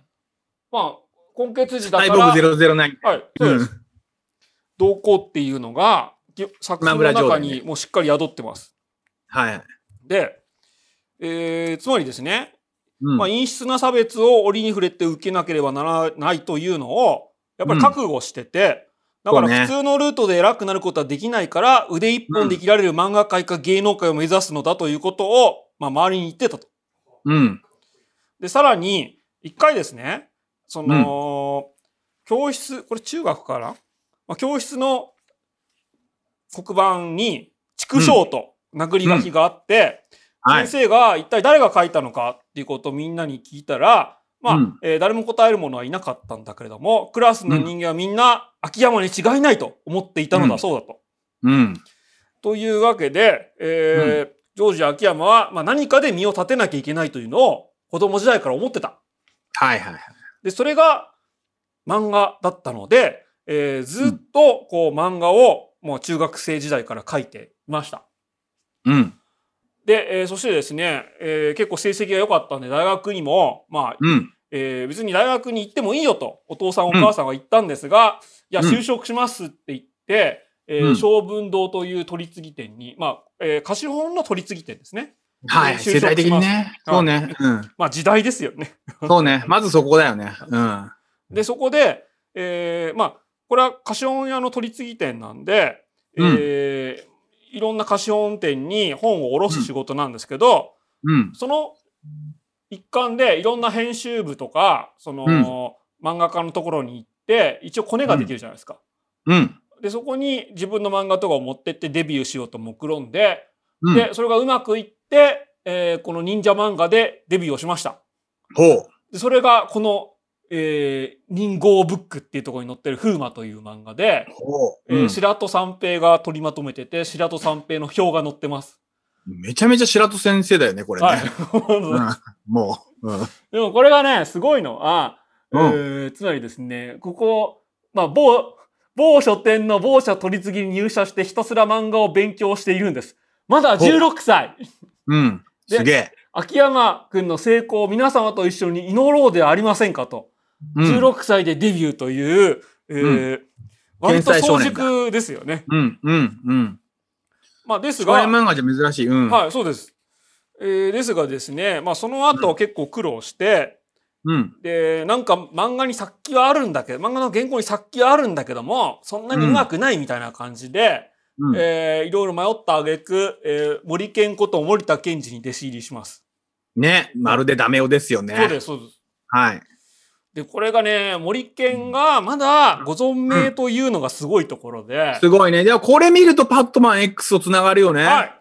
S1: まあ根血児だ
S2: 大
S1: か
S2: 僕
S1: ら。
S2: 009。
S1: はい、そうです。同行っていうのがぎ作品の
S2: 今
S1: 中
S2: 村上
S1: にもうしっかり宿ってます。
S2: はいはい。
S1: で、えーつまりですね、
S2: うん。
S1: まあ、陰湿な差別を折に触れて受けなければならないというのをやっぱり覚悟してて、だか
S2: そう
S1: ら
S2: ね
S1: 普通のルートで偉くなることはできないから、腕一本で生きられる漫画界か芸能界を目指すのだということを、まあ、周りに言ってたと。
S2: うん。
S1: で、さらに、一回ですね、その、教室、これ中学かな、まあ、教室の黒板に、畜生と殴り書きがあって、
S2: はい。
S1: 先生が一体誰が書いたのかっていうことをみんなに聞いたら、まあ、
S2: うん
S1: えー誰も答える者はいなかったんだけれども、クラスの人間はみんな秋山に違いないと思っていたのだそうだと。
S2: うん。
S1: というわけで、えージョージ秋山は、まあ、何かで身を立てなきゃいけないというのを子供時代から思ってた。
S2: はいはいはい。
S1: で、それが漫画だったので、えーずっとこう漫画をもう中学生時代から書いていました。
S2: うん。
S1: で、えーそしてですね、えー結構成績が良かったんで、大学にも、まあ、
S2: うん。
S1: えー別に大学に行ってもいいよと、お父さんお母さんは言ったんですが、いや、
S2: うん
S1: 就職しますって言って、えー
S2: うん
S1: 小文堂という取り次ぎ店に、まあ、えー貸本の取り次ぎ店ですね。
S2: はい。世代的にね。そうね。うん。
S1: まあ、時代ですよね。
S2: そうね。まずそこだよね。うん。
S1: で、そこで、えーまあ、これは貸本屋の取り次ぎ店なんで、えーいろんな貸本店に本を卸す仕事なんですけど、
S2: うん。
S1: その一環でいろんな編集部とか、その、漫画家のところに行って、一応コネができるじゃないですか。
S2: うん。
S1: で、そこに自分の漫画とかを持ってってデビューしようと目論んで、
S2: うん。
S1: で、それがうまくいって、えーこの忍者漫画でデビューをしました。
S2: ほう。
S1: でそれがこの、えー、人号ブックっていうところに載ってる風魔という漫画で、
S2: ほ
S1: えー白戸三平が取りまとめてて、白戸三平の表が載ってます。
S2: めちゃめちゃ白戸先生だよね、これね。
S1: はい。
S2: うんもう。うん
S1: でもこれがね、すごいのは、
S2: うん
S1: えーつまりですね、ここ、まあ、某、某書店の某社取り次ぎに入社してひたすら漫画を勉強しているんです。まだ16歳。
S2: うん。
S1: です
S2: げえ。
S1: 秋山くんの成功を皆様と一緒に祈ろうではありませんかと。
S2: うん。
S1: 16歳でデビューという、えー割と
S2: 天才少
S1: 早
S2: 年だ
S1: 熟ですよね。
S2: うん。うん。うん。
S1: まあ、です
S2: 少年
S1: が、
S2: 漫画じゃ珍しい。うん。
S1: はい、そうです。えーですがですね、まあ、その後結構苦労して、
S2: うん。
S1: で、なんか漫画に殺気はあるんだけど、漫画の原稿に殺気はあるんだけども、そんなにうまくないみたいな感じで、
S2: うん。
S1: えーいろいろ迷った挙句、えー、森健こと森田健二に弟子入りします。
S2: ね。まるでダメ男ですよね。
S1: そうです、そうです。
S2: はい。
S1: で、これがね、森健がまだご存命というのがすごいところで、
S2: すごいね。でもこれ見るとパットマン X と繋がるよね。
S1: はい。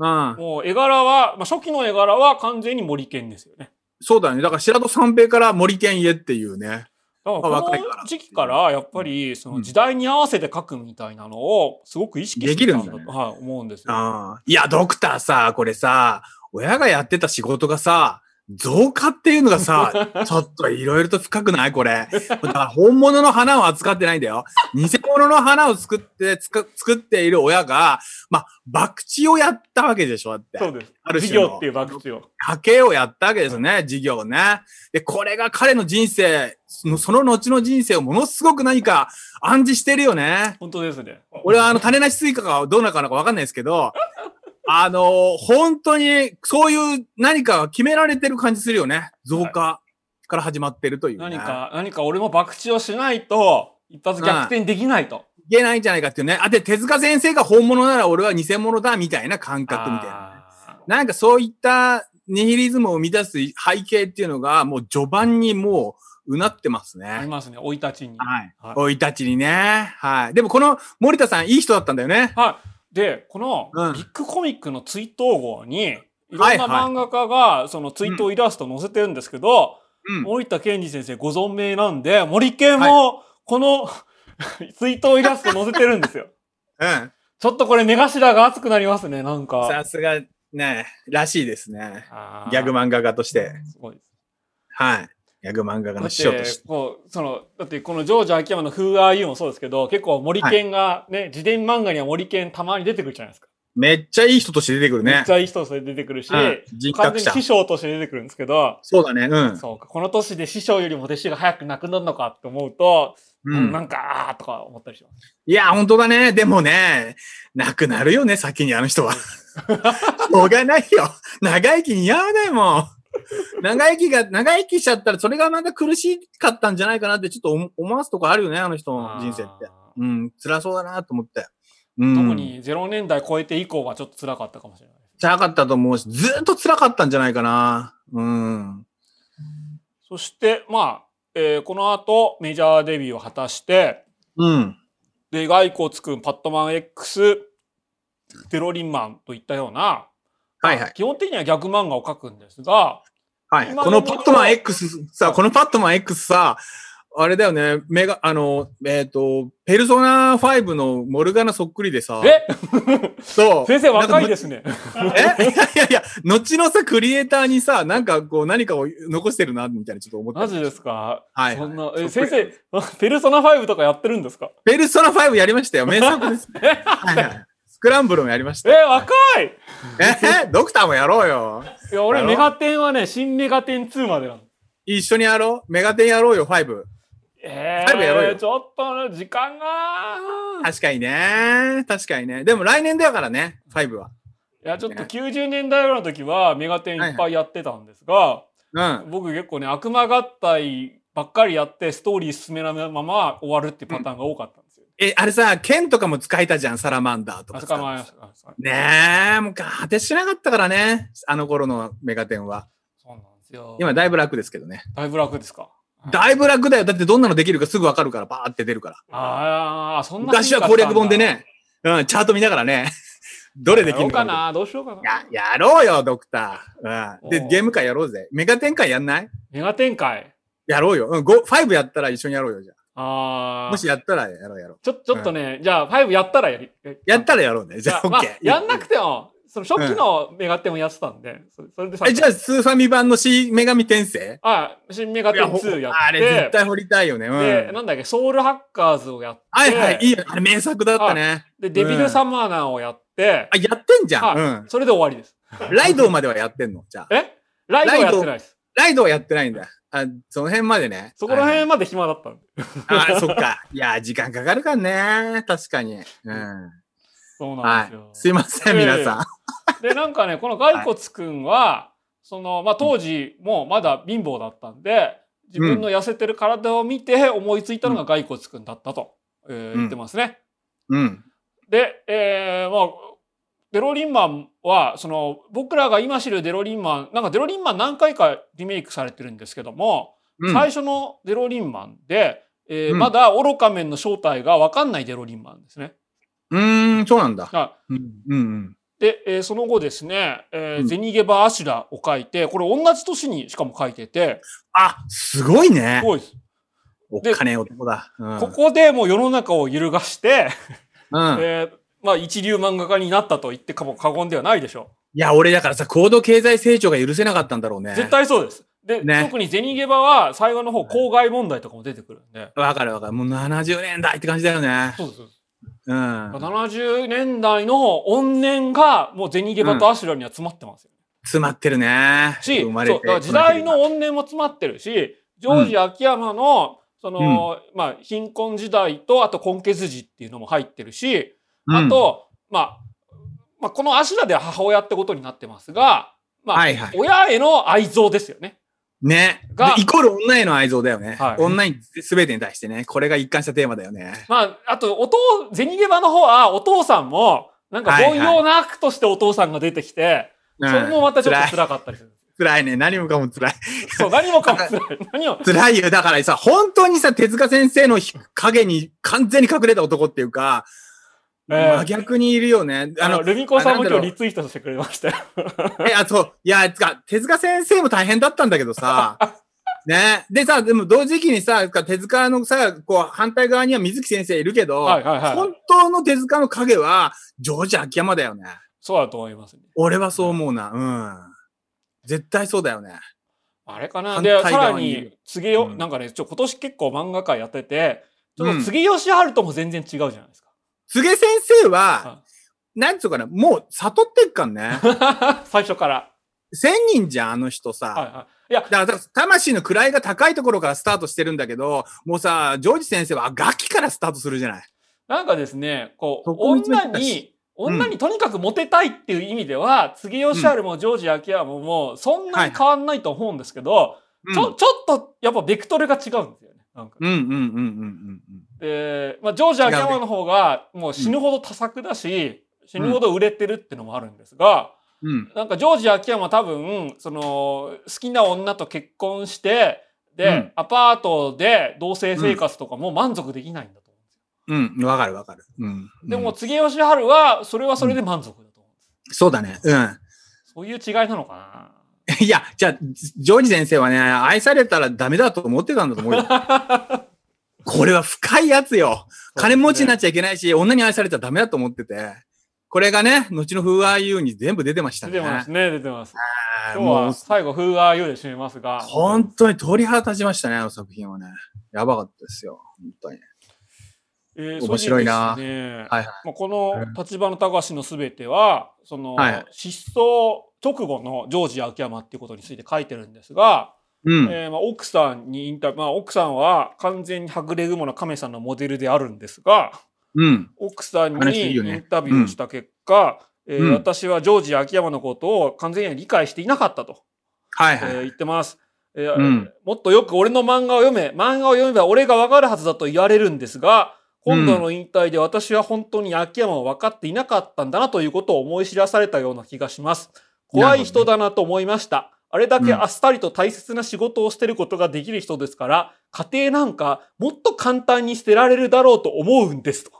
S2: うん。
S1: もう絵柄は、まあ、初期の絵柄は完全に森健ですよね。
S2: そうだよね。だから白戸三平から森健へっていうね。
S1: だか
S2: ま
S1: ら
S2: あ
S1: こ
S2: 若いから
S1: の時期からやっぱりその時代に合わせて描くみたいなのをすごく意識してたんだ
S2: できるん
S1: と、
S2: だ
S1: はい、思うんですよ。
S2: ああ。いや、ドクターさ、これさ、親がやってた仕事がさ、増加っていうのが さ、ちょっといろいろと深くないこれ。だから本物の花を扱ってないんだよ。偽物の花を作って、つか作っている親が、まあ、博打をやったわけでしょだって。
S1: そうです。
S2: ある
S1: 事
S2: 種の
S1: 業っていう博打を。
S2: 家計をやったわけですよね、事業をね。で、これが彼の人生、そのその後の人生をものすごく何か暗示してるよね。
S1: 本当ですね。
S2: 俺はあの、種なしスイカがどうなるかなんかわかんないです けど、あの、本当にそういう何かが決められてる感じするよね。増加から始まってるという、ね。
S1: 何。か、何か俺も博打をしないと、一発逆転できないと。
S2: いけないんじゃないかっていうね。あ、で、手塚先生が本物なら俺は偽物だみたいな感覚みたいな。
S1: あー
S2: なんかそういったニヒリズムを生み出す背景っていうのが、もう序盤にもううなってます
S1: あり
S2: ね。
S1: ますね、生い立ちに。
S2: はい
S1: はい。
S2: 生い立ちにね。はい。でもこの森田さん、いい人だったんだよね。
S1: はい。で、この
S2: うん
S1: ビッグコミックの追悼号に、いろん
S2: はい
S1: な
S2: はい
S1: 漫画家がその追悼イラストを載せてるんですけど、
S2: うん。
S1: 森田健二先生ご存命なんで、森健もこの 追悼イラスト載せてるんですよ。
S2: うん。
S1: ちょっとこれ目頭が熱くなりますね、なんか。
S2: さすが、ね、らしいですね。
S1: あー
S2: ギャグ漫画家として。
S1: すごいです。
S2: はい。ギャグ漫画家
S1: だ
S2: の
S1: っ、
S2: 師匠としてて。
S1: こう、その、だってこのジョージ秋山の Who Are You もそうですけど、結構森健がね、自伝漫画には森健たまに出てくるじゃないですか。
S2: めっちゃいい人として出てくる
S1: め
S2: ね
S1: っち。ゃいい人として出てくるし、
S2: うん人
S1: 完
S2: 格
S1: 全に
S2: 者
S1: 師。匠として出てくるんですけど、
S2: そうだね。うん。
S1: そうか、この年で師匠よりも弟子が早く亡くなるのかって思うと、
S2: う、
S1: なんんか、あーとか思ったりします。
S2: いや、本当だね。でもね、なくなるよね、先にあの人 は。しょうがないよ。長生き似合わないもん。長生きが、長生きしちゃったら、それがまた苦しかったんじゃないかなって、ちょっと思思わすとこあるよね、あの人の人生って。
S1: あー
S2: うん、辛そうだなと思って。うん。
S1: 特。に0年代超えて以降はちょっと辛かったかもしれない。
S2: 辛かったと思うし、ずっと辛かったんじゃないかな。うん。
S1: そして、まあ、えーこの後メジャーデビューを果たして、
S2: うん。
S1: で、骸骨くん、パットマン X、テロリンマンといったような、
S2: はいはい。
S1: 基本的には逆漫画を描くんですが、
S2: はい。
S1: 今
S2: こ
S1: の
S2: の
S1: とこ
S2: パ
S1: ろ
S2: ットマン X さ、このパットマン X さ、あれだよね、メガ、あの、えっ、と、ペルソナ5のモルガナそっくりでさ、
S1: え
S2: そう。。
S1: 先生若いですすね。
S2: えい やいやいや、後のさ、クリエイターにさ、なんかこう、何かを残してるな、みたいなちょっと思った。
S1: マジですか
S2: はい
S1: そんな、
S2: そ
S1: え、
S2: っくり
S1: 先生、 ペルソナ5とかやってるんですか
S2: ペルソナ5やりましたよ。名 作です。はいはい。スクランブルもやりまし
S1: え、
S2: た。
S1: 若い
S2: えドクターもやろうよ。
S1: いや、俺
S2: やろ
S1: メガテンはね、新メガテン2までなの。
S2: 一緒にやろう。メガテンやろうよ、5。
S1: え
S2: 5やろう
S1: ー、
S2: よ
S1: ちょっとね、時間が。
S2: 確かにね。確かにね。でも来年だからね、5は。
S1: いや、ちょっと90年代ぐらいの時はメガテンいっぱいやってたんですが、
S2: うん。
S1: 僕結構ね悪魔合体ばっかりやってストーリー進めないまま終わるっていうパターンが多かったんですよ。
S2: え、あれさ、剣とかも使えたじゃん、サラマンダーと
S1: あ
S2: か
S1: そ
S2: さ。
S1: こはまあそう
S2: ねえ、もう果てしなかったからね、あの頃のメガテンは。
S1: なんですよ。
S2: 今だいぶ楽ですけどね。
S1: だいぶ楽ですか。
S2: だいぶ楽だよ。だってどんなのできるかすぐわかるから、バーって出るから。
S1: ああ、そんな
S2: 昔は攻略本でね、うん、チャート見ながらね、 どれでき
S1: や
S2: る
S1: ろう
S2: の
S1: かなどうしようかな。
S2: や、やろうよ、ドクター。うん。で、
S1: おう
S2: ゲーム会やろうぜ。メガ展開やんない
S1: メガ展開。
S2: やろうよ。うん、5、5やったら一緒にやろうよ、じゃ
S1: あ
S2: あ。
S1: ー
S2: もしやったらやろうやろう。
S1: ちょ、ちょっとね、じゃあ、5やったらやり。
S2: やったらやろうね。じ
S1: じ
S2: ゃ
S1: ゃ
S2: あ、
S1: あ、
S2: オッ
S1: まあ
S2: ケー。、
S1: やんなくても、その初期のメガテンをやってたんで、それそれでさ
S2: え、じゃあ、スーファミ版の C 女神転生
S1: あ、新メガテン2やって、
S2: あれ絶対掘りたいよね。うん。
S1: で、なんだっけ、ソウルハッカーズをやって、
S2: はいはい、いいよ。あれ名作だったね。
S1: で、デビルサマーナーをやって
S2: あ、、やってんじゃん。
S1: はいそれで終わりです。
S2: うん。ライドウまではやってんのじゃあ。
S1: えライドはやってないです。
S2: ライドウはやってないんだ。あ、その辺までね。
S1: そこら辺まで暇だったんで。
S2: はいはいあ、そっか。いや、時間かかるからね。確かに。うん。
S1: そうなん
S2: は
S1: ですよ。
S2: い。すいません、
S1: ええ
S2: 皆さん。
S1: で、なんかね、この骸骨くんは、その、まあ、当時、もうまだ貧乏だったんで、自分の痩せてる体を見て思いついたのが骸骨くんだったと、えー
S2: うん
S1: 言ってますね。
S2: うん。
S1: で、えーまあ、デロリンマンは、その、僕らが今知るデロリンマン、なんかデロリンマン何回かリメイクされてるんですけども、
S2: うん。
S1: 最初のデロリンマンで、えー
S2: うん
S1: まだ愚か面の正体が分かんないデロリンマンですね。
S2: うーん、そうなんだ。
S1: あ
S2: うん。うん。
S1: で、えーその後ですね、えー
S2: うん
S1: ゼニゲバ・アシュラを書いて、これ同じ年にしかも書いてて、
S2: あ、すごいね
S1: す。ごいです。
S2: お
S1: で
S2: 金男だ。うん。
S1: ここでもう世の中を揺るがして、
S2: うん。
S1: えーまあ一流漫画家になったと言ってかも過言ではないでしょ
S2: いや、俺だからさ、高度経済成長が許せなかったんだろう
S1: う。
S2: ね。
S1: 絶。対そうです。で、
S2: ね
S1: 特にゼニゲバは最後の方、公害問題とかも出てくるんで。
S2: わかるわかる。もう70年代って感じだよね。
S1: そうですそうです。
S2: うん。
S1: 70年代の怨念が、もうゼニゲバとアシュラには詰まってますよ。
S2: 詰まってるね。
S1: し、そ
S2: 生
S1: う
S2: まれ
S1: だ
S2: て
S1: から時代の怨念も詰まってるし、ジョージ秋山の、その、まあ、貧困時代と、あと、根血時っていうのも入ってるし、あ、と、まあ、まあ、このアシュラでは母親ってことになってますが、
S2: うん
S1: まあ、
S2: はいはい。
S1: 親への愛憎ですよね。
S2: ね。
S1: が
S2: でイコール女への愛情だよね。
S1: はい
S2: 女に全てに対してね。これが一貫したテーマだよね。
S1: まあ、あと、お父、ゼニゲバの方は、お父さんも、なんか、
S2: はいは
S1: 凡
S2: い
S1: 庸な悪としてお父さんが出てきて、
S2: うん、
S1: それもまたちょっと辛かったりする。
S2: 辛いね。何もかも辛い。
S1: そう、何もかも辛い。何も、
S2: 辛いよ。だからさ、本当にさ、手塚先生の影に完全に隠れた男っていうか、
S1: えー
S2: 真逆にいるよね。あ
S1: あの、
S2: の、
S1: ルミコさんも
S2: あなんだ
S1: 今
S2: ろう
S1: 日リツイートしてくれましたよ。
S2: え、あ、そう。いや、つか、手塚先生も大変だったんだけど さ、ね。でさ、でも同時期にさ、手塚のさ、こう、反対側には水木先生いるけど、
S1: はいはいはい。
S2: 本当の手塚の影は、ジョージ秋山だよね。
S1: そうだと思います、ね。
S2: 俺はそう思うな。うん。絶対そうだよね。
S1: あれかな
S2: 反
S1: で、
S2: 対
S1: さら
S2: 側に
S1: に、次よ、
S2: うん
S1: なんかね、ちょ、今年結構漫画界やってて、ちょっ
S2: う
S1: と
S2: ん
S1: 次吉春とも全然違うじゃないですか。
S2: 菅先生は
S1: は、
S2: なんつうかな、もう悟ってっかんね。
S1: 最初から。
S2: 千人じゃん、あの人さ。
S1: はいはい。いや、
S2: だから、だから魂の位が高いところからスタートしてるんだけど、もうさ、ジョージ先生は楽器からスタートするじゃない。
S1: なんかですね、こう、
S2: そこ見つめ
S1: 女
S2: てた
S1: に
S2: し、うん
S1: 女にとにかくモテたいっていう意味では、次吉春もジョージ秋山ももう、そんなに変わんないと思うんですけど、
S2: うん
S1: ちょ、ちょっと、やっぱベクトルが違うんですよね。なんか。
S2: うんうんうんうんうん
S1: で、まあ、ジョージ秋山の方が、もう死ぬほど多作だし、死ぬほど売れてるってのもあるんですが、
S2: うん。うん。
S1: なんかジョージ秋山多分その好きな女と結婚してで、
S2: うん
S1: アパートで同棲生活とかもう満足できないんだと思うんですよ。
S2: うん。わかるわかる。うん。
S1: でも
S2: うん
S1: 次吉春はそれはそれで満足だと思うんです。
S2: そうだね。うん。
S1: そういう違いなのか
S2: いや、じゃあ、ジョージ先生はね、愛されたらダメだと思ってたんだと思 うよ。
S1: な。
S2: これは深いやつよ。金持ちになっちゃいけないし、女に愛されちゃダメだと思ってて。これがね、後の風合い u に全部出てました
S1: 出
S2: ね。
S1: てますね出てます。
S2: あー
S1: 今日
S2: も
S1: は
S2: う
S1: 最後風合いをで締めますが。
S2: 本当に鳥肌立ちましたね、あの作品はね。やばかったですよ。本当に。
S1: えー
S2: 面白いな
S1: それでですね
S2: はいはい
S1: まあ、この立花隆のすべてはその、
S2: はいはい
S1: 失踪直後のジョージ秋山っていうことについて書いてるんですが。
S2: うん。
S1: えーまあ、奥さんにインタビュー、まあ、奥さんは完全にはぐれ雲の亀さんのモデルであるんですが
S2: うん。
S1: 奥さん
S2: あの人
S1: に
S2: いい
S1: イ
S2: よね
S1: ンタビューした結果、えー
S2: うん
S1: 私はジョージ秋山のことを完全には理解していなかったと、
S2: はい
S1: え
S2: はい。
S1: ー言ってます、えー
S2: うん
S1: もっとよく俺の漫画を読め漫画を読めば俺がわかるはずだと言われるんですが今度の引退で私は本当に秋山を分かっていなかったんだなということを思い知らされたような気がします。怖い人だなと思いました。あれだけあっさりと大切な仕事を捨てることができる人ですから、家庭なんかもっと簡単に捨てられるだろうと思うんですと。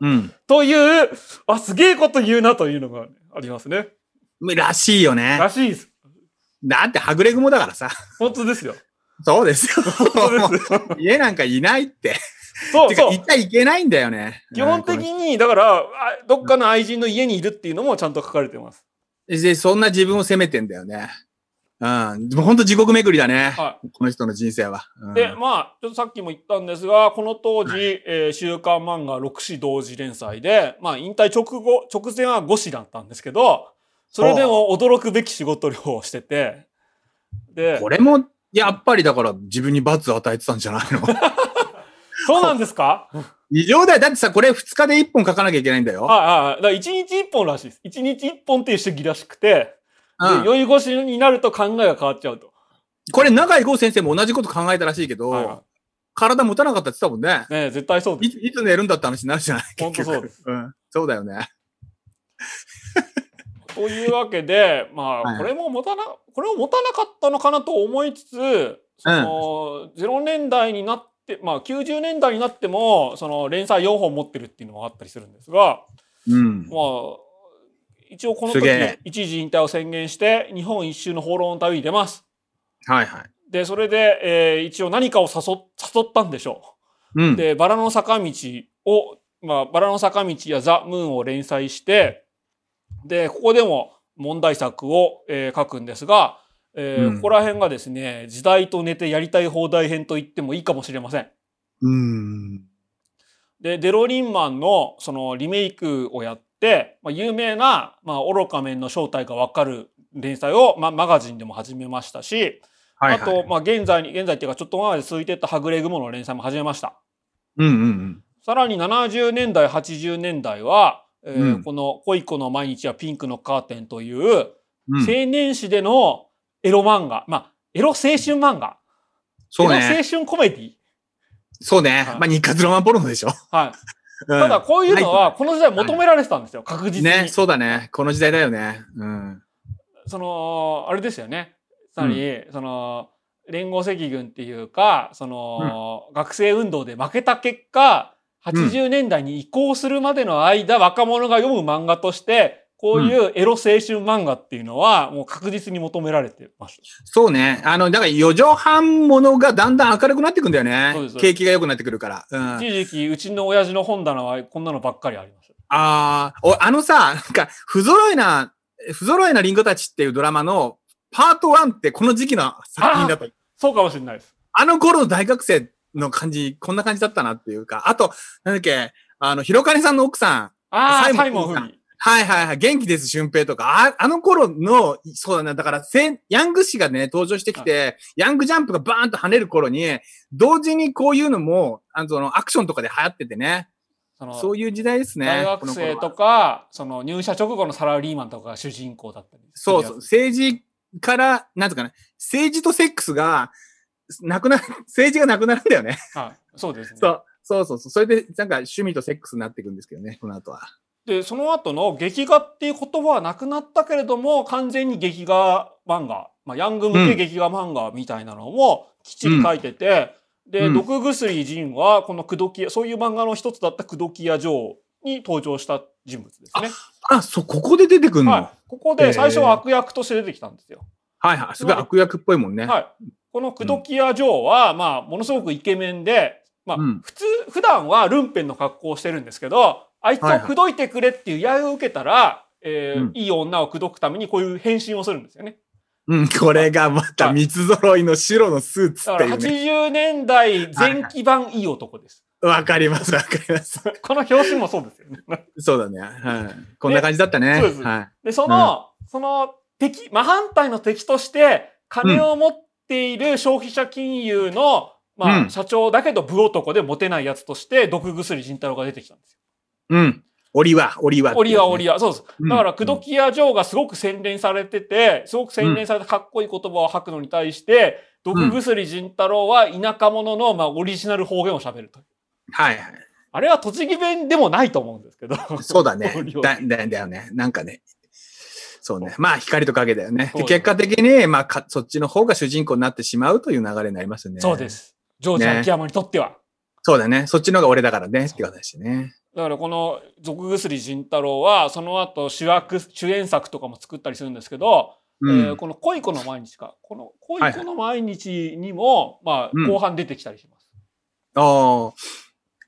S2: うん。
S1: という、あ、すげえこと言うなというのがありますね。
S2: らしいよね
S1: ら。しいです。
S2: だって、はぐれ雲だからさ。
S1: 本当ですよ。
S2: そうです よ。
S1: 本当 ですよ。
S2: 家なんかいないって。
S1: そう
S2: てか、
S1: そう
S2: い。ちゃいけないんだよね。
S1: 基本的に、だから、あどっかの愛人の家にいるっていうのもちゃんと書かれてます。
S2: で、そんな自分を責めてんだよね。うん。もうほんと地獄巡りだね。
S1: は
S2: この人の人生は。うん
S1: い。で、まあ、ちょっとさっきも言ったんですが、この当時、えー週刊漫画6誌同時連載で、まあ、引退直後、直前は5誌だったんですけど、それでも驚くべき仕事量をしてて、で
S2: こ、れも、やっぱりだから自分に罰を与えてたんじゃない の
S1: そうなんですかはい
S2: 異常だよ。だってさ、これ2日で1本書かなきゃいけないんだよ。
S1: はいはい。だから1日1本らしいです。1日1本っていう主義らしくて、
S2: う
S1: で
S2: ん、
S1: 酔い越しになると考えが変わっちゃうと。
S2: これ、永井豪先生も同じこと考えたらしいけど、
S1: はいは
S2: 体持たなかったって言ってたもんね。
S1: い、ね絶対そうで
S2: い
S1: す。
S2: ついつ寝るんだって話になるじゃない
S1: 本当そうです。
S2: す。うん。そうだよね。
S1: というわけで、ま
S2: は
S1: あ、
S2: い
S1: これも持たな、これを持たなかったのかなと思いつつ、その、0年代になって、まあ、90年代になっても、その、連載4本持ってるっていうのもあったりするんですが、
S2: うん
S1: ま。あ、一応この
S2: す
S1: 時
S2: げえ、
S1: 一時引退を宣言して、日本一周の放浪の旅に出ます。
S2: はいはい。
S1: で、それで、えー一応何かを誘っ誘ったんでしょう。
S2: うん。
S1: で、バラの坂道を、まあ、バラの坂道やザ・ムーンを連載して、で、ここでも問題作を、えー書くんですが、えー
S2: うん
S1: ここら辺がですね、時代と寝てやりたい放題編と言ってもいいかもしれません。
S2: うん。
S1: で、デロリンマンのそのリメイクをやって、まあ、有名な、まあ、愚か面の正体がわかる連載を、まあ、マガジンでも始めましたし、
S2: はいはい。
S1: あと、まあ、現在に、現在っていうかちょっと前まで続いてたはぐれ雲の連載も始めました。
S2: うんうんうん。
S1: さらに70年代、80年代は、えー
S2: うん
S1: この恋子の毎日はピンクのカーテンという、
S2: う
S1: 青
S2: ん、
S1: 年誌でのエロ漫画、まあ、エロ青春漫画、
S2: そう
S1: エロ青
S2: ね。
S1: 春コメディ。
S2: そうね。まあ、日活ロマンポルノでしょ。
S1: はい。
S2: うん
S1: ただ、こういうのは、
S2: な
S1: この時代求められてたんですよ、確実に。
S2: ね、そうだね。この時代だよね。うん。
S1: その、あれですよね。つまり、その、連合赤軍っていうか、その、学生運動で負けた結果、80年代に移行するまでの間、若者が読む漫画として、こういうエロ青春漫画っていうのは、もう確実に求められてまし
S2: そうね。あの、だから4畳半ものがだんだん明るくなってくんだよ
S1: そうです
S2: ね。景気が良くなってくるから。うん。
S1: た。
S2: あ
S1: 一時期、うちの親父の本棚はこんなのばっかりありまし
S2: あー、おあのさ、なんか、不揃いな、不揃いなリンゴたちっていうドラマのパート1ってこの時期の作品だった。あ
S1: た。そうかもしれないです。
S2: の頃の大学生の感じ、こんな感じだったなっていうか。あと、なんだっけ、あの、広金さんの奥さん。
S1: ああ、サ
S2: サ
S1: イ
S2: イ
S1: モ
S2: モ
S1: ン
S2: ン
S1: フミ。
S2: はいはいはい。元気です、俊平とか。ああの頃の、そうだね。だから、せんヤング氏がね、登場してきて、ヤングジャンプがバーンと跳ねる頃に、同時にこういうのも、あの、そのアクションとかで流行っててね。
S1: その
S2: そういう時代ですね。
S1: 大学生
S2: この頃
S1: と
S2: は
S1: か、その入社直後のサラリーマンとかが主人公だったりする
S2: そ
S1: や
S2: う
S1: つ。
S2: そう。政治から、なんとかね、政治とセックスが、なくな、 政治がなくなるんだよね。
S1: はい。そうですね。
S2: そう。そうそうそう。それで、なんか趣味とセックスになっていくんですけどね、この後は。
S1: でその後の劇画っていう言葉はなくなったけれども完全に劇画漫画、まあ、ヤング向け劇画漫画みたいなのもきっちり書いてて、で、
S2: うん
S1: 毒薬仁はこの口説き屋そういう漫画の一つだった口説き屋城に登場した人物ですね。
S2: あ、そう、ここで出てくんの。
S1: はい、ここで最初は悪役として出てきたんですよ。
S2: はいはい。すごい悪役っぽいもんね。
S1: はい、この口説き屋城は、まあ、ものすごくイケメンで、まあ
S2: うん
S1: 普通普段はルンペンの格好をしてるんですけどあいつを口説いてくれっていう依頼を受けたら、えー
S2: うん
S1: いい女を口説くためにこういう変身をするんですよね。
S2: うん、これがまた三つ揃いの白のスーツ
S1: だ
S2: っ
S1: か
S2: て
S1: ら
S2: い
S1: 80
S2: うね。
S1: 年代前期版いい男です。
S2: わかります、わかります。
S1: この表紙もそうです よね。
S2: そうだね。はい。こんな感じだったね。
S1: そうです
S2: は
S1: で、その、その敵、真反対の敵として金を持っている消費者金融の、ま
S2: う
S1: あ、
S2: ん
S1: 社長だけど武男でモテないやつとして毒薬仁太郎が出てきたんですよ。
S2: い。うん。折は、折は。
S1: 折は折
S2: は。
S1: は、そうです。
S2: うん
S1: だから、口説き屋嬢がすごく洗練されてて、すごく洗練されたかっこいい言葉を吐くのに対して、
S2: うん
S1: 毒薬仁太郎は田舎者の、まあ、オリジナル方言を喋ると。
S2: はいはい。
S1: あれは栃木弁でもないと思うんですけど。
S2: そうだね
S1: 折。は
S2: だ、だだよね。なんかね。そうね。まあ、光と影だよね。
S1: そう
S2: で
S1: だ
S2: 結果的に、まあか、そっちの方が主人公になってしまうという流れになりますよね。。
S1: そうですす。ジョージ秋山にとっては。
S2: そうだね。そっちの方が俺だからね。っていう話ね。
S1: だからこの「俗薬仁太郎は」その後主役主演作とかも作ったりするんですけど、
S2: う
S1: えー
S2: ん。
S1: この「恋子の毎日か」この「恋子の毎日」にも、
S2: う
S1: ま
S2: ん
S1: あ、後半出てきたりします。
S2: ああ。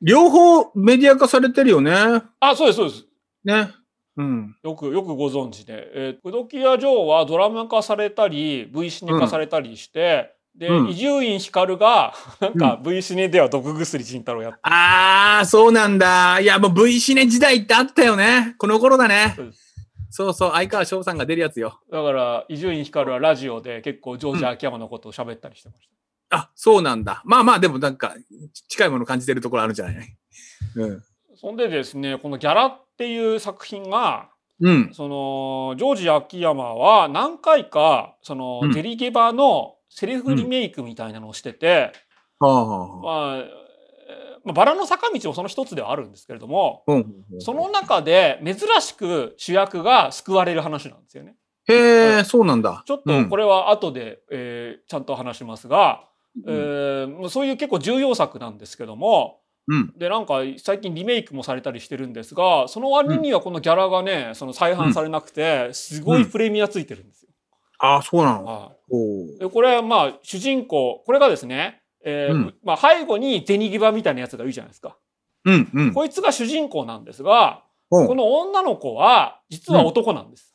S2: 両方メディア化されてるよね。
S1: あそうですそうです
S2: ね。うん。
S1: よくよくご存知で、えー、口説き屋嬢はドラマ化されたり V シネ化されたりして、で
S2: うん
S1: 伊集院光が なんか V シネでは毒薬仁太郎やって
S2: ああ、そうなんだ。いや、もう V シネ時代ってあったよね。この頃だね
S1: そうで。
S2: そうそう、相川翔さんが出るやつよ。
S1: だから伊集院光はラジオで結構ジョージ秋山のことを喋ったりしてまし
S2: あ、そうなんだ。まあまあ、でもなんか、ち近いもの感じてるところあるんじゃないうん。
S1: た。そんでですねこの「ギャラ」っていう作品が
S2: うん。
S1: そのジョージ秋山は何回かその、
S2: うん
S1: デリゲバのセリフリメイクみたいなのをしてて、
S2: はあはあはあ
S1: まあえーまあバラの坂道もその一つではあるんですけれども。
S2: うん。
S1: その中で珍しく主役が救われる話なんですよね。
S2: へえ、そうなんだ。
S1: ちょっとこれは後で、えーちゃんと話しますが、え
S2: うん。
S1: ーもうそういう結構重要作なんですけども
S2: うん。
S1: でなんか最近リメイクもされたりしてるんですがその割にはこのギャラがねその再販されなくてすごいプレミアついてるんですよ。
S2: ああ、そうなの。
S1: は
S2: おう
S1: いでこれまあ主人公これがですね、えー
S2: うん
S1: まあ、背後に銭際みたいなやつがいるじゃないですか。
S2: うんうん。
S1: こいつが主人公なんですが
S2: おう
S1: この女の子は実は男なんです。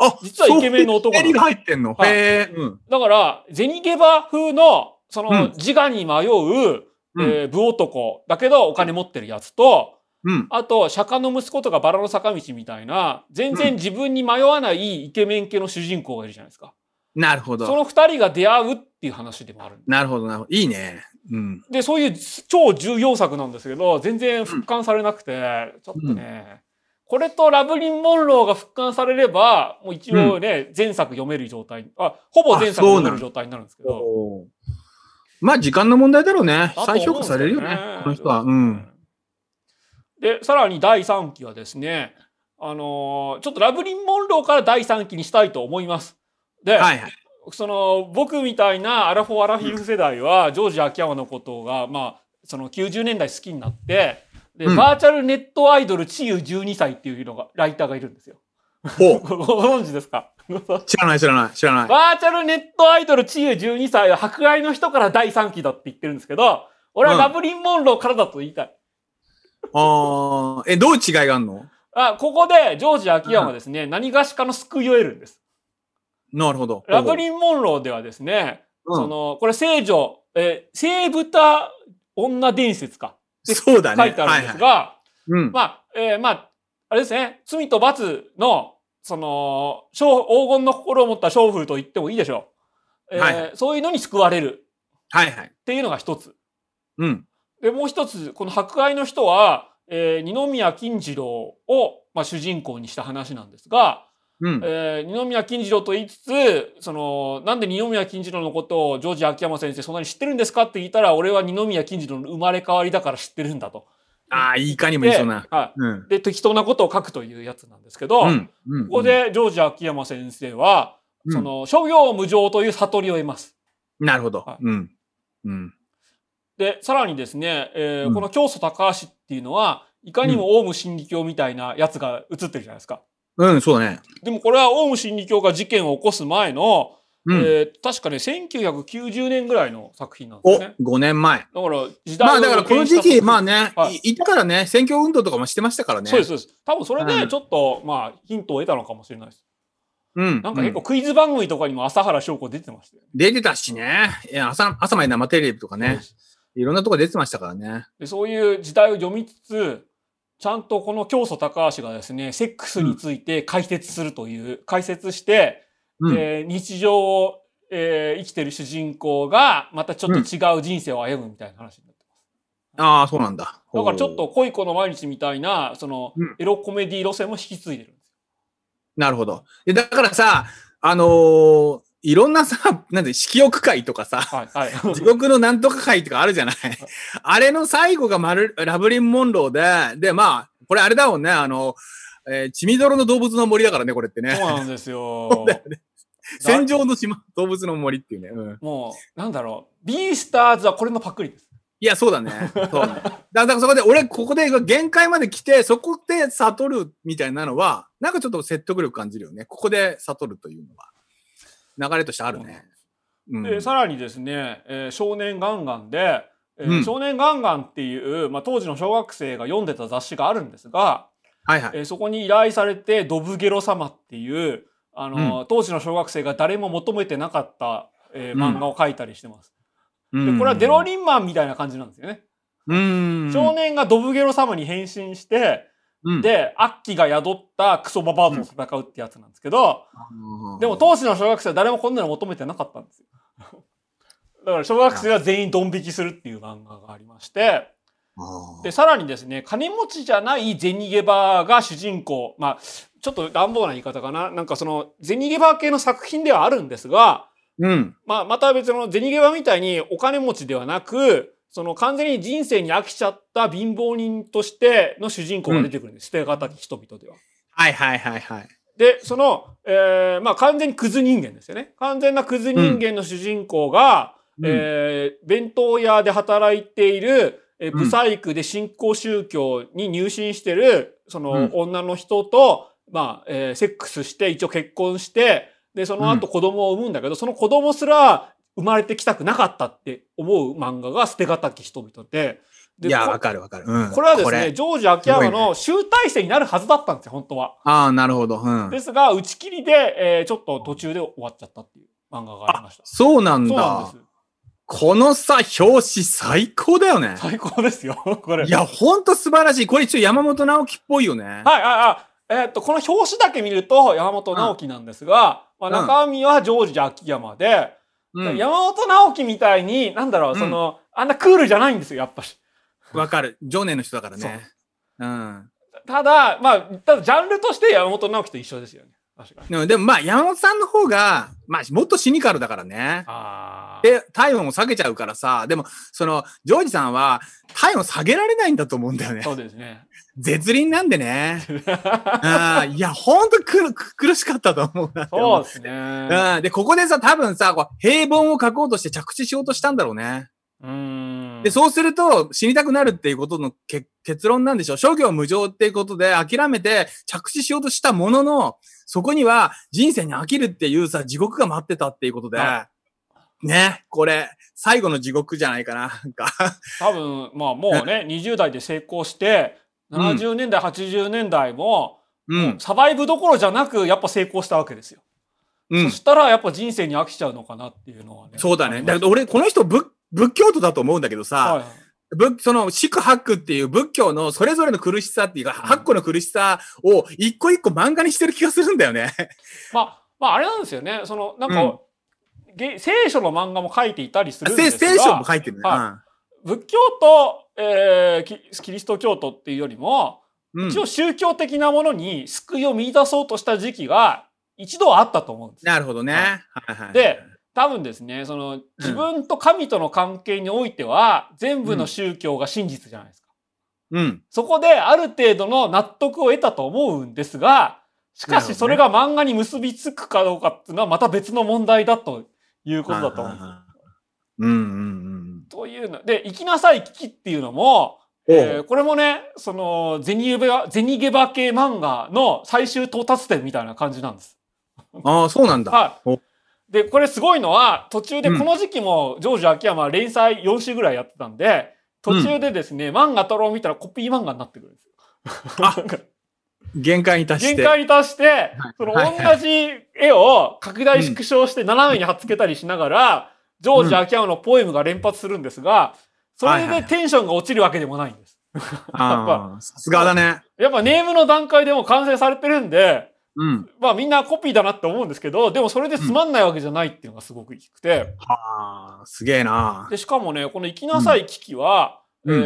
S2: あ
S1: 実はイケメンの男な
S2: な
S1: の
S2: の。が入ってんの。
S1: はい
S2: へえ。うん。
S1: だから、銭ゲバ風の、その
S2: うん
S1: 自我に迷う、
S2: うん
S1: えー、武男、だけどお金持ってるやつと、
S2: うん。
S1: あと、釈迦の息子とかバラの坂道みたいな、全然自分に迷わないイケメン系の主人公がいるじゃないですか。
S2: なるほ
S1: そ
S2: ど。
S1: の二人が出会うっていう話でもある。
S2: なるほど、なるほど。いいね。うん。
S1: で、そういう超重要作なんですけど、全然復刊されなくて、ちょっとね、これとラブリン・モンローが復刊されれば、もう一応ね、前作読める状態、あ、ほぼ前作
S2: あそ
S1: 読
S2: う
S1: め
S2: なの
S1: る状態になるんですけど。
S2: おうまあ、時間の問題だろうね。
S1: だと
S2: 再
S1: 思
S2: 評
S1: うん
S2: 価
S1: です
S2: されるよ
S1: けど
S2: ね
S1: ね。
S2: この人は。うん。。
S1: で、さらに第3期はですね、あのーちょっとラブリン・モンローから第3期にしたいと思います。で、
S2: はいはい。
S1: その、僕みたいなアラフォー・アラフィフ世代は、ジョージ・秋山のことが、まあ、その90年代好きになって、で、
S2: うん
S1: バーチャルネットアイドルチユ12歳っていうのが、ライターがいるんですよ。
S2: おう
S1: ご存知ですか
S2: 知らない、知らない、知らない。
S1: バーチャルネットアイドルチーユ12歳は迫害の人から第3期だって言ってるんですけど、俺は
S2: うん
S1: ラブリン・モンローからだと言いたい。
S2: ああ、え、どう違いがあるの
S1: あここで、ジョージ・秋山はですね、何がしかの救いを得るんです。
S2: なるほど。
S1: ラブリン・モンローではですね、
S2: うん
S1: その、これ、聖女、えー、聖豚女伝説か、
S2: そうだね。
S1: 書いてあるんですが、
S2: はいはいうん。
S1: まあ、えーまあ、あれですね、罪と罰の、その、小黄金の心を持った娼婦と言ってもいいでしょう。えー
S2: はいは
S1: そういうのに救われる
S2: はいはい。
S1: っていうのが一つ。
S2: うん。
S1: で、もう一つ、この迫害の人は、えー二宮金次郎を、まあ、主人公にした話なんですが、
S2: うん。
S1: えー二宮金次郎と言いつつ、その、なんで二宮金次郎のことをジョージ秋山先生そんなに知ってるんですかって聞いたら、俺は二宮金次郎の生まれ変わりだから知ってるんだと。
S2: ああ、いかにも
S1: で
S2: いそうな。
S1: は
S2: うん
S1: い。。で、適当なことを書くというやつなんですけど、
S2: うん。うん
S1: ここ、でジョージ秋山先生は、
S2: うん
S1: その、諸行無常という悟りを得ます。
S2: なるほど
S1: はい。
S2: うん。うん。
S1: で、さらにですね、えー
S2: うん
S1: この教祖高橋っていうのは、いかにもオウム真理教みたいなやつが映ってるじゃないですか。
S2: うん、そうだね。
S1: でもこれはオウム真理教が事件を起こす前の、
S2: う
S1: え
S2: ん。
S1: ー確かね、1990年ぐらいの作品なんで
S2: お
S1: すね。、
S2: 5年前。
S1: だから、時代
S2: まあ
S1: を
S2: だからこの
S1: 予見した
S2: 時期、まあね
S1: はい、
S2: いいたからね、選挙運動とかもしてましたからね。
S1: そうです、そうです。多分それ
S2: う
S1: で
S2: ん
S1: ちょっと、まあ、ヒントを得たのかもしれないです。
S2: うん。
S1: なんか結
S2: う
S1: 構クイズ番組とかにも朝原翔子出てましたよね。
S2: 出てたしね。いや朝、朝まで生テレビとかね。いろんなとこ出てましたからね。
S1: でそういう時代を読みつつ、ちゃんとこの教祖高橋がですね、セックスについて解説するという、解説して、
S2: うん。
S1: えー日常を、えー生きてる主人公が、またちょっと違う人生を歩むみたいな話になってます。
S2: ああ、そうなんだ。
S1: だからちょっと。恋子の毎日みたいな、その
S2: うん、
S1: エロコメディ路線も引き継いでるんですよ。
S2: なるほど。でだからさ、あのーいろんなさ、なんで、色欲会とかさ、
S1: はい、 はい。
S2: 地獄のなんとか会とかあ るじゃない。あれの最後がまるラブリン・モンローで、で、まあ、これあれだもんね、あの、えー、血みどろの動物の森だからね、これってね
S1: そ。うなんですよ。
S2: 戦場の島、動物の森っていうね。うん。
S1: もう、なんだろう。ビースターズはこれのパクリです。
S2: いや、そうだね。そうね。だだからそこで、俺、ここで限界まで来て、そこで悟るみたいなのは、なんかちょっと説得力感じるよね。ここで悟るというのは。流れとしてあるね。うん。
S1: でさらにですね、えー少年ガンガンで、えー
S2: うん
S1: 少年ガンガンっていう、まあ、当時の小学生が読んでた雑誌があるんですが、
S2: はいはい。
S1: えーそこに依頼されてドブゲロ様っていう、あのー当時の小学生が誰も求めてなかった、えー
S2: うん
S1: 漫画を描いたりしてます。
S2: う
S1: で
S2: ん
S1: これはデロリンマンみたいな感じなんですよね。
S2: うん。
S1: 少年がドブゲロ様に変身して、
S2: うん、
S1: で、アッキーが宿ったクソババアと戦うってやつなんですけど、
S2: うん
S1: でも、当時の小学生は誰もこんなの求めてなかったんですよ。 だから小学生は全員ドン引きするっていう漫画がありまして、
S2: あー
S1: で、さらにですね、金持ちじゃないゼニゲバーが主人公。まあ、ちょっと乱暴な言い方かな。なんかその、ゼニゲバー系の作品ではあるんですが、
S2: うん。
S1: まあ、また別のゼニゲバーみたいにお金持ちではなく、その完全に人生に飽きちゃった貧乏人としての主人公が出てくるんです。捨て方き人々では。
S2: はいはいはいはい。
S1: で、その、えーまあ完全にクズ人間ですよね。完全なクズ人間の主人公が、
S2: うん
S1: えー弁当屋で働いている、えー
S2: うん
S1: ブサイクで新興宗教に入信してる、その、
S2: うん
S1: 女の人と、まあ、えーセックスして、一応結婚して、で、その後子供を産むんだけど、その子供すら生まれてきたくなかったって思う漫画が捨てがたき人々で、で
S2: いや、
S1: こ
S2: わかるわかる。うん。
S1: これはですね、。ジョージ秋山
S2: すごい
S1: の集大成になるはずだったんですよ、本当は。
S2: ああ、なるほど。うん。
S1: ですが、打ち切りで、えーちょっと途中で終わっちゃったっていう漫画がありました。
S2: そうなん
S1: そう
S2: だ。
S1: なんです。
S2: このさ、表紙最高だよね。
S1: 最高ですよ、これ。
S2: いや、ほんと素晴らしい。これ一応山本直樹っぽいよね。
S1: はい、あ、あ、えーっと、この表紙だけ見ると山本直樹なんですが、
S2: ん
S1: まあ、中身はジョージ秋山で、
S2: うん。
S1: 山本直樹みたいに、なんだろう、
S2: うん
S1: その、あんなクールじゃないんですよ、やっぱし。
S2: わかる。常年の人だからね。うん。
S1: ただ、まあ、ただジャンルとして山本直樹と一緒ですよね。確かに。
S2: でも、でもまあ、山本さんの方が、まあ、もっとシニカルだからね。
S1: あー
S2: で、体温を下げちゃうからさ、でも、その、ジョージさんは、体温下げられないんだと思うんだよね
S1: そ。うです ね。
S2: 絶倫なん でね。あーいや、ほんと苦苦しかったと思うなって思
S1: そううですね。
S2: うん、で、ここでさ、多分さ、こう平凡を書こうとして着地しようとしたんだろうね。
S1: うーん。
S2: で、そうすると、死にたくなるっていうことのけ結論なんでしょう。諸行無常っていうことで諦めて着地しようとしたものの、そこには人生に飽きるっていうさ、地獄が待ってたっていうことで、
S1: は
S2: ね、これ、最後の地獄じゃないかな。なんか、
S1: 多分まあもうね20代で成功して
S2: うん
S1: 70年代、80年代も
S2: うん、
S1: サバイブどころじゃなくやっぱ成功したわけですよ、
S2: う
S1: そ
S2: ん。
S1: したらやっぱ人生に飽きちゃうのかなっていうのはね
S2: そうだね。だけ
S1: ど
S2: ど俺、この人仏、仏教徒だと思うんだけどさ、
S1: はい
S2: 仏、その、四苦八苦っていう仏教のそれぞれの苦しさっていうか、八個の苦しさを一個一個漫画にしてる気がするんだよね。
S1: まあまああれなんですよねそのなんか、
S2: うん
S1: げ聖書の漫画も書いていたりするんで
S2: 聖
S1: すが
S2: 聖書も書いてるね。
S1: は仏教と、えーキキリスト教徒っていうよりも、
S2: うん。うん
S1: 一応宗教的なものに救いを見出そうとした時期が一度はあったと思うんですよ
S2: なるほどね。はいはい
S1: で、多分ですねその自分と神との関係においては、全部の宗教が真実じゃないですか。
S2: うん。
S1: そこである程度の納得を得たと思うんですがしかしそれが漫画に結びつくかどうかっていうのはまた別の問題だということだと思うんですよ。
S2: うんうん
S1: というので「生きなさい危機」っていうのも、
S2: うん。
S1: え
S2: お
S1: ー
S2: う
S1: これもねそのゼニゲバゼニゲバ系漫画の最終到達点みたいな感じなんです。
S2: ああ、そうなんだ。
S1: はい
S2: お。
S1: で、これすごいのは、途中で、
S2: うん
S1: この時期も、ジョージ秋山は連載4週ぐらいやってたんで、途中でですね、漫画太郎見たらコピー漫画になってくるんですよ。なんか
S2: 限界に達し
S1: 限
S2: て。
S1: 界に達して、その
S2: はい
S1: 同じ絵を拡大縮小して斜めに貼っつけたりしながら、ジョージ秋山のポエムが連発するんですが、それ
S2: はいは
S1: で
S2: い
S1: テンションが落ちるわけでもないんです。
S2: ああ、さすがだね。
S1: やっぱネームの段階でもう完成されてるんで、
S2: うん。
S1: まあみんなコピーだなって思うんですけど、でもそれでつまんないわけじゃないっていうのがすごく低くて、
S2: はあ、すげえな。
S1: でしかもねこの「生きなさい危機は」
S2: うん
S1: え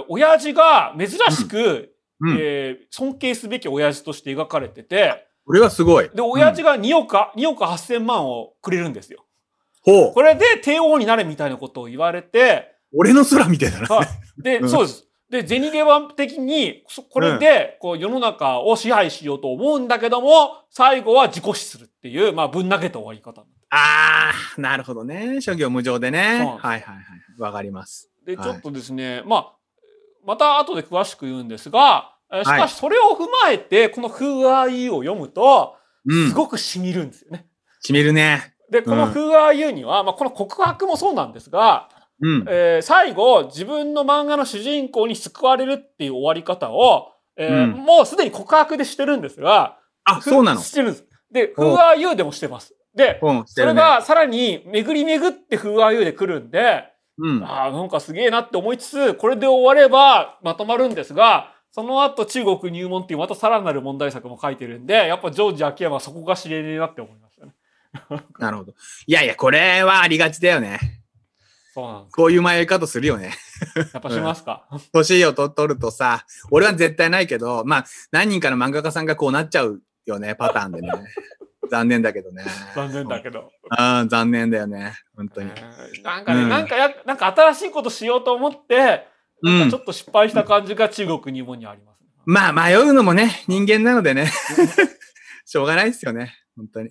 S1: ー親父が珍しく、
S2: うん。
S1: えー尊敬すべき親父として描かれてて
S2: これはすごい。
S1: で親父が2億,、2億8000万をくれるんですよ。
S2: ほう。
S1: これで帝王になれみたいなことを言われて
S2: 俺の空みたいだな。
S1: はいで、
S2: うん
S1: そうです。で、銭ゲバ的に、そこれで、こう、世の中を支配しようと思うんだけども、最後は自己死するっていう、まあ、ぶん投げた終わり方。
S2: ああ、なるほどね。諸行無常でね。
S1: そう
S2: はいはいはい。わかります。
S1: で、
S2: はい
S1: ちょっとですね、まあ、また後で詳しく言うんですが、えーしかしそれを踏まえて、この風合いを読むと、
S2: う
S1: す
S2: ん。
S1: ごく染みるんですよね。
S2: しみるね。
S1: で、この風合いには、まあ、この告白もそうなんですが、
S2: うん。
S1: えー最後、自分の漫画の主人公に救われるっていう終わり方を、えー
S2: うん
S1: もうすでに告白でしてるんですが、
S2: あ、そうなの
S1: ふ。してるんです。で、
S2: お
S1: 風合いでもしてます。で、
S2: うん、し
S1: そ
S2: て
S1: れ
S2: るね。
S1: がさらに巡り巡って風合いで来るんで、
S2: うん。
S1: ああ、なんかすげえなって思いつつ、これで終わればまとまるんですが、その後中国入門っていうまたさらなる問題作も書いてるんで、やっぱジョージ秋山はそこが知れねえなって思いましたね。
S2: なるほど。いやいや、これはありがちだよね。
S1: そうなんで
S2: こういう迷い方するよね。
S1: す。やっぱしますか。
S2: 年をと取るとさ、俺は絶対ないけど、まあ、何人かの漫画家さんがこうなっちゃうよね、パターンでね。 残念だけどね。
S1: 残念だけど。
S2: うん、残念だよね。本当に。
S1: うんなんかね、
S2: うん
S1: なんかや、なんか新しいことしようと思って、
S2: う
S1: なんか
S2: ん
S1: ちょ。っと失敗した感じが中国入門にありますね。
S2: まあ、迷うのもね、人間なのでね。 しょうがないですよね。本当に。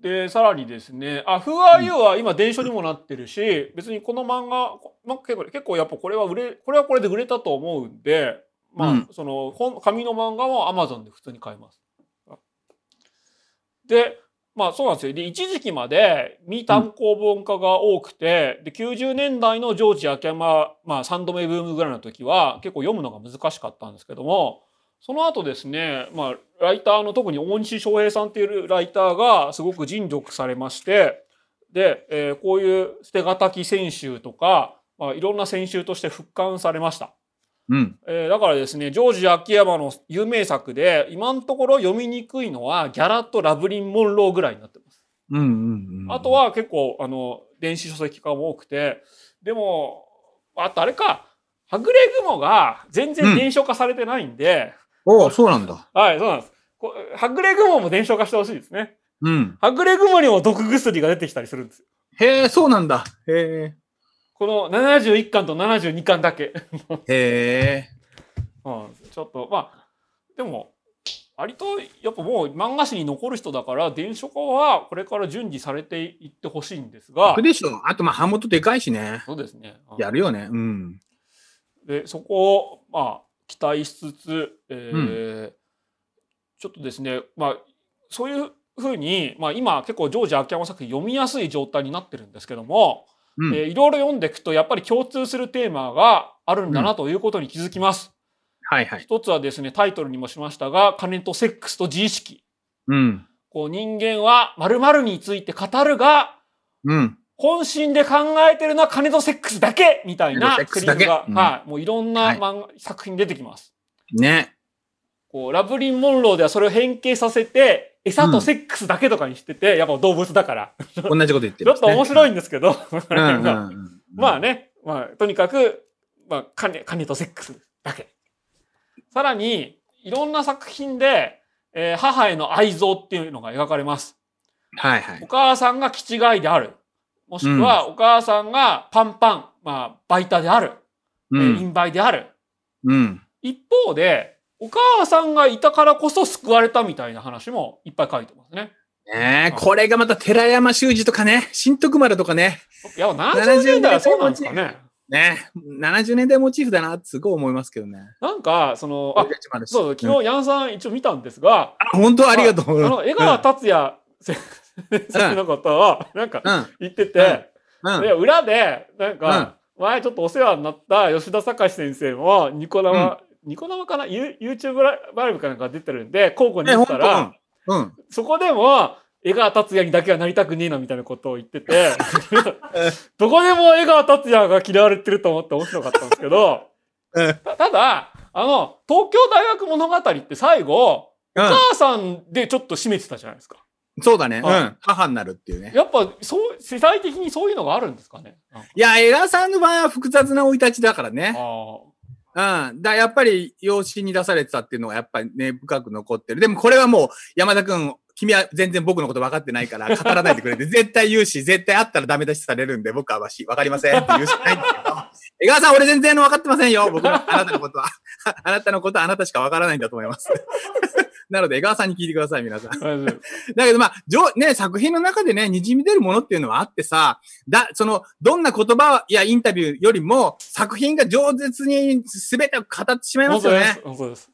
S1: で、さらにですね、あ、Who Are You は今伝書にもなってるし、別にこの漫画、まあ、結構、結構やっぱこれは売れ、これはこれで売れたと思うんで、まあ、
S2: うん
S1: その本、紙の漫画は Amazon で普通に買えます。で、まあそうなんですよ。で、一時期まで未単行本化が多くて、で、90年代のジョージ秋山、まあ3度目ブームぐらいの時は結構読むのが難しかったんですけども、その後ですね、まあ、ライターの特に大西翔平さんっていうライターがすごく尽力されまして、で、えーこういう捨てがたき選集とか、まあ、いろんな選集として復刊されました。
S2: うん。
S1: えーだからですね、ジョージ秋山の有名作で、今のところ読みにくいのは、ギャラット・ラブリン・モンローぐらいになってます。
S2: うんうんうん。
S1: あと、は結構、あの、電子書籍化も多くて、でも、あとあれか、はぐれ雲が全
S2: う
S1: 然
S2: ん
S1: 電書化されてないんで、
S2: おうそうなんだ。
S1: はい、そうなんです。こはぐれ雲も伝承化してほしいですね。
S2: うん。
S1: はぐれ雲にも毒薬が出てきたりするんですよ。
S2: へえ、そうなんだ。へ
S1: この71巻と72巻だけ。
S2: え。へえ。
S1: うん、ちょっと、まあ、でも、割と、やっぱもう漫画史に残る人だから、伝書化はこれから順次されていってほしいんですが
S2: 楽、でしょ。あと、まあ、版元でかいしね。
S1: そうですね。うん
S2: やるよね。うん。
S1: でそこをまあ期待しつつ、えーちょっとですねまあそういうふうに、まあ、今結構ジョージ秋山作品読みやすい状態になってるんですけども、
S2: うん
S1: えーいろいろ読んでいくとやっぱり共通するテーマがあるんだなということに気づきます。
S2: はいはい。
S1: 一つはですねタイトルにもしましたが「金とセックスと自意識
S2: うん。」
S1: こう人間は〇〇について語るが
S2: うん。
S1: 本心で考えてるのは金とセックスだけみたいな
S2: 金と
S1: セリ
S2: セックスだ
S1: フ
S2: け
S1: が、
S2: うん
S1: はい、もういろんな
S2: はい
S1: 漫画、作品に出てきます。
S2: ね。
S1: こう、ラブリン・モンローではそれを変形させて、餌とセックスだけとかにしてて、やっぱ動物だから。
S2: 同じこと言って
S1: ちょ
S2: る、
S1: っと面白
S2: い。
S1: いんですけど、
S2: うんうんうん、
S1: まあ。ね、まあ、とにかく、まあ、金、金とセックスだけ。さらに、いろんな作品で、えー母への愛憎っていうのが描かれます。
S2: はいはい
S1: お。母さんが気違いである。もしくは、お母さんがパンパン、まあ、バイタである。
S2: う
S1: えー
S2: ん。
S1: 陰媒である。
S2: うん。
S1: 一方で、お母さんがいたからこそ救われたみたいな話もいっぱい書いてますね。
S2: ねえ、これがまた寺山修司とかね、新徳丸とかね、
S1: いや、70年代はそうなんですかね。
S2: ね、70年代モチーフだなってすごい思いますけどね。
S1: なんか、その、あ、そうそう、
S2: 日。
S1: 昨日、ヤンさん一応見たんですが、
S2: あ、本当ありがとう。
S1: あの、江川達也先生のことを、なんか、
S2: うん。
S1: 言ってて、
S2: うん。
S1: で、裏で、なんか、前ちょっとお世話になった吉田隆先生も、ニコ生、ニコ生かなユ ?YouTube ライブかなんか出てるんで、交互に
S2: え、
S1: 見
S2: 本
S1: てたら、
S2: 当うん。
S1: そこでも、江川達也にだけはなりたくねえなみたいなことを言 ってて、どこでも江川達也が嫌われてると思って面白かったんですけど、
S2: うん。
S1: たただ、あの、東京大学物語って最後、
S2: う
S1: お
S2: ん。
S1: 母さんでちょっと締めてたじゃないですか。
S2: そうだね。う
S1: はい
S2: ん。母になるっていうね。
S1: やっぱ、そう、世代的にそういうのがあるんですかね。なんか
S2: いや、江川さんの場合は複雑な生い立ちだからね。
S1: あ
S2: うん。だやっぱり養子に出されてたっていうのがやっぱりね、深く残ってる。でもこれはもう山田くん、君は全然僕のこと分かってないから語らないでくれて、絶対言うし、絶対会ったらダメ出しされるんで、僕はわし、分かりませんって言うしかないんだ 江川さん、俺全然分かってませんよ。僕は、あなたのことは、あなたのことはあなたしか分からないんだと思います。 なので、江川さんに聞いてください、皆さん。だけどまあ、じょね、作品の中でね、滲み出るものっていうのはあってさ、だ、その、どんな言葉やインタビューよりも、作品が饒舌に全てを語ってしまいま
S1: 本
S2: す
S1: 当
S2: よ
S1: で
S2: ね
S1: す。。本当です。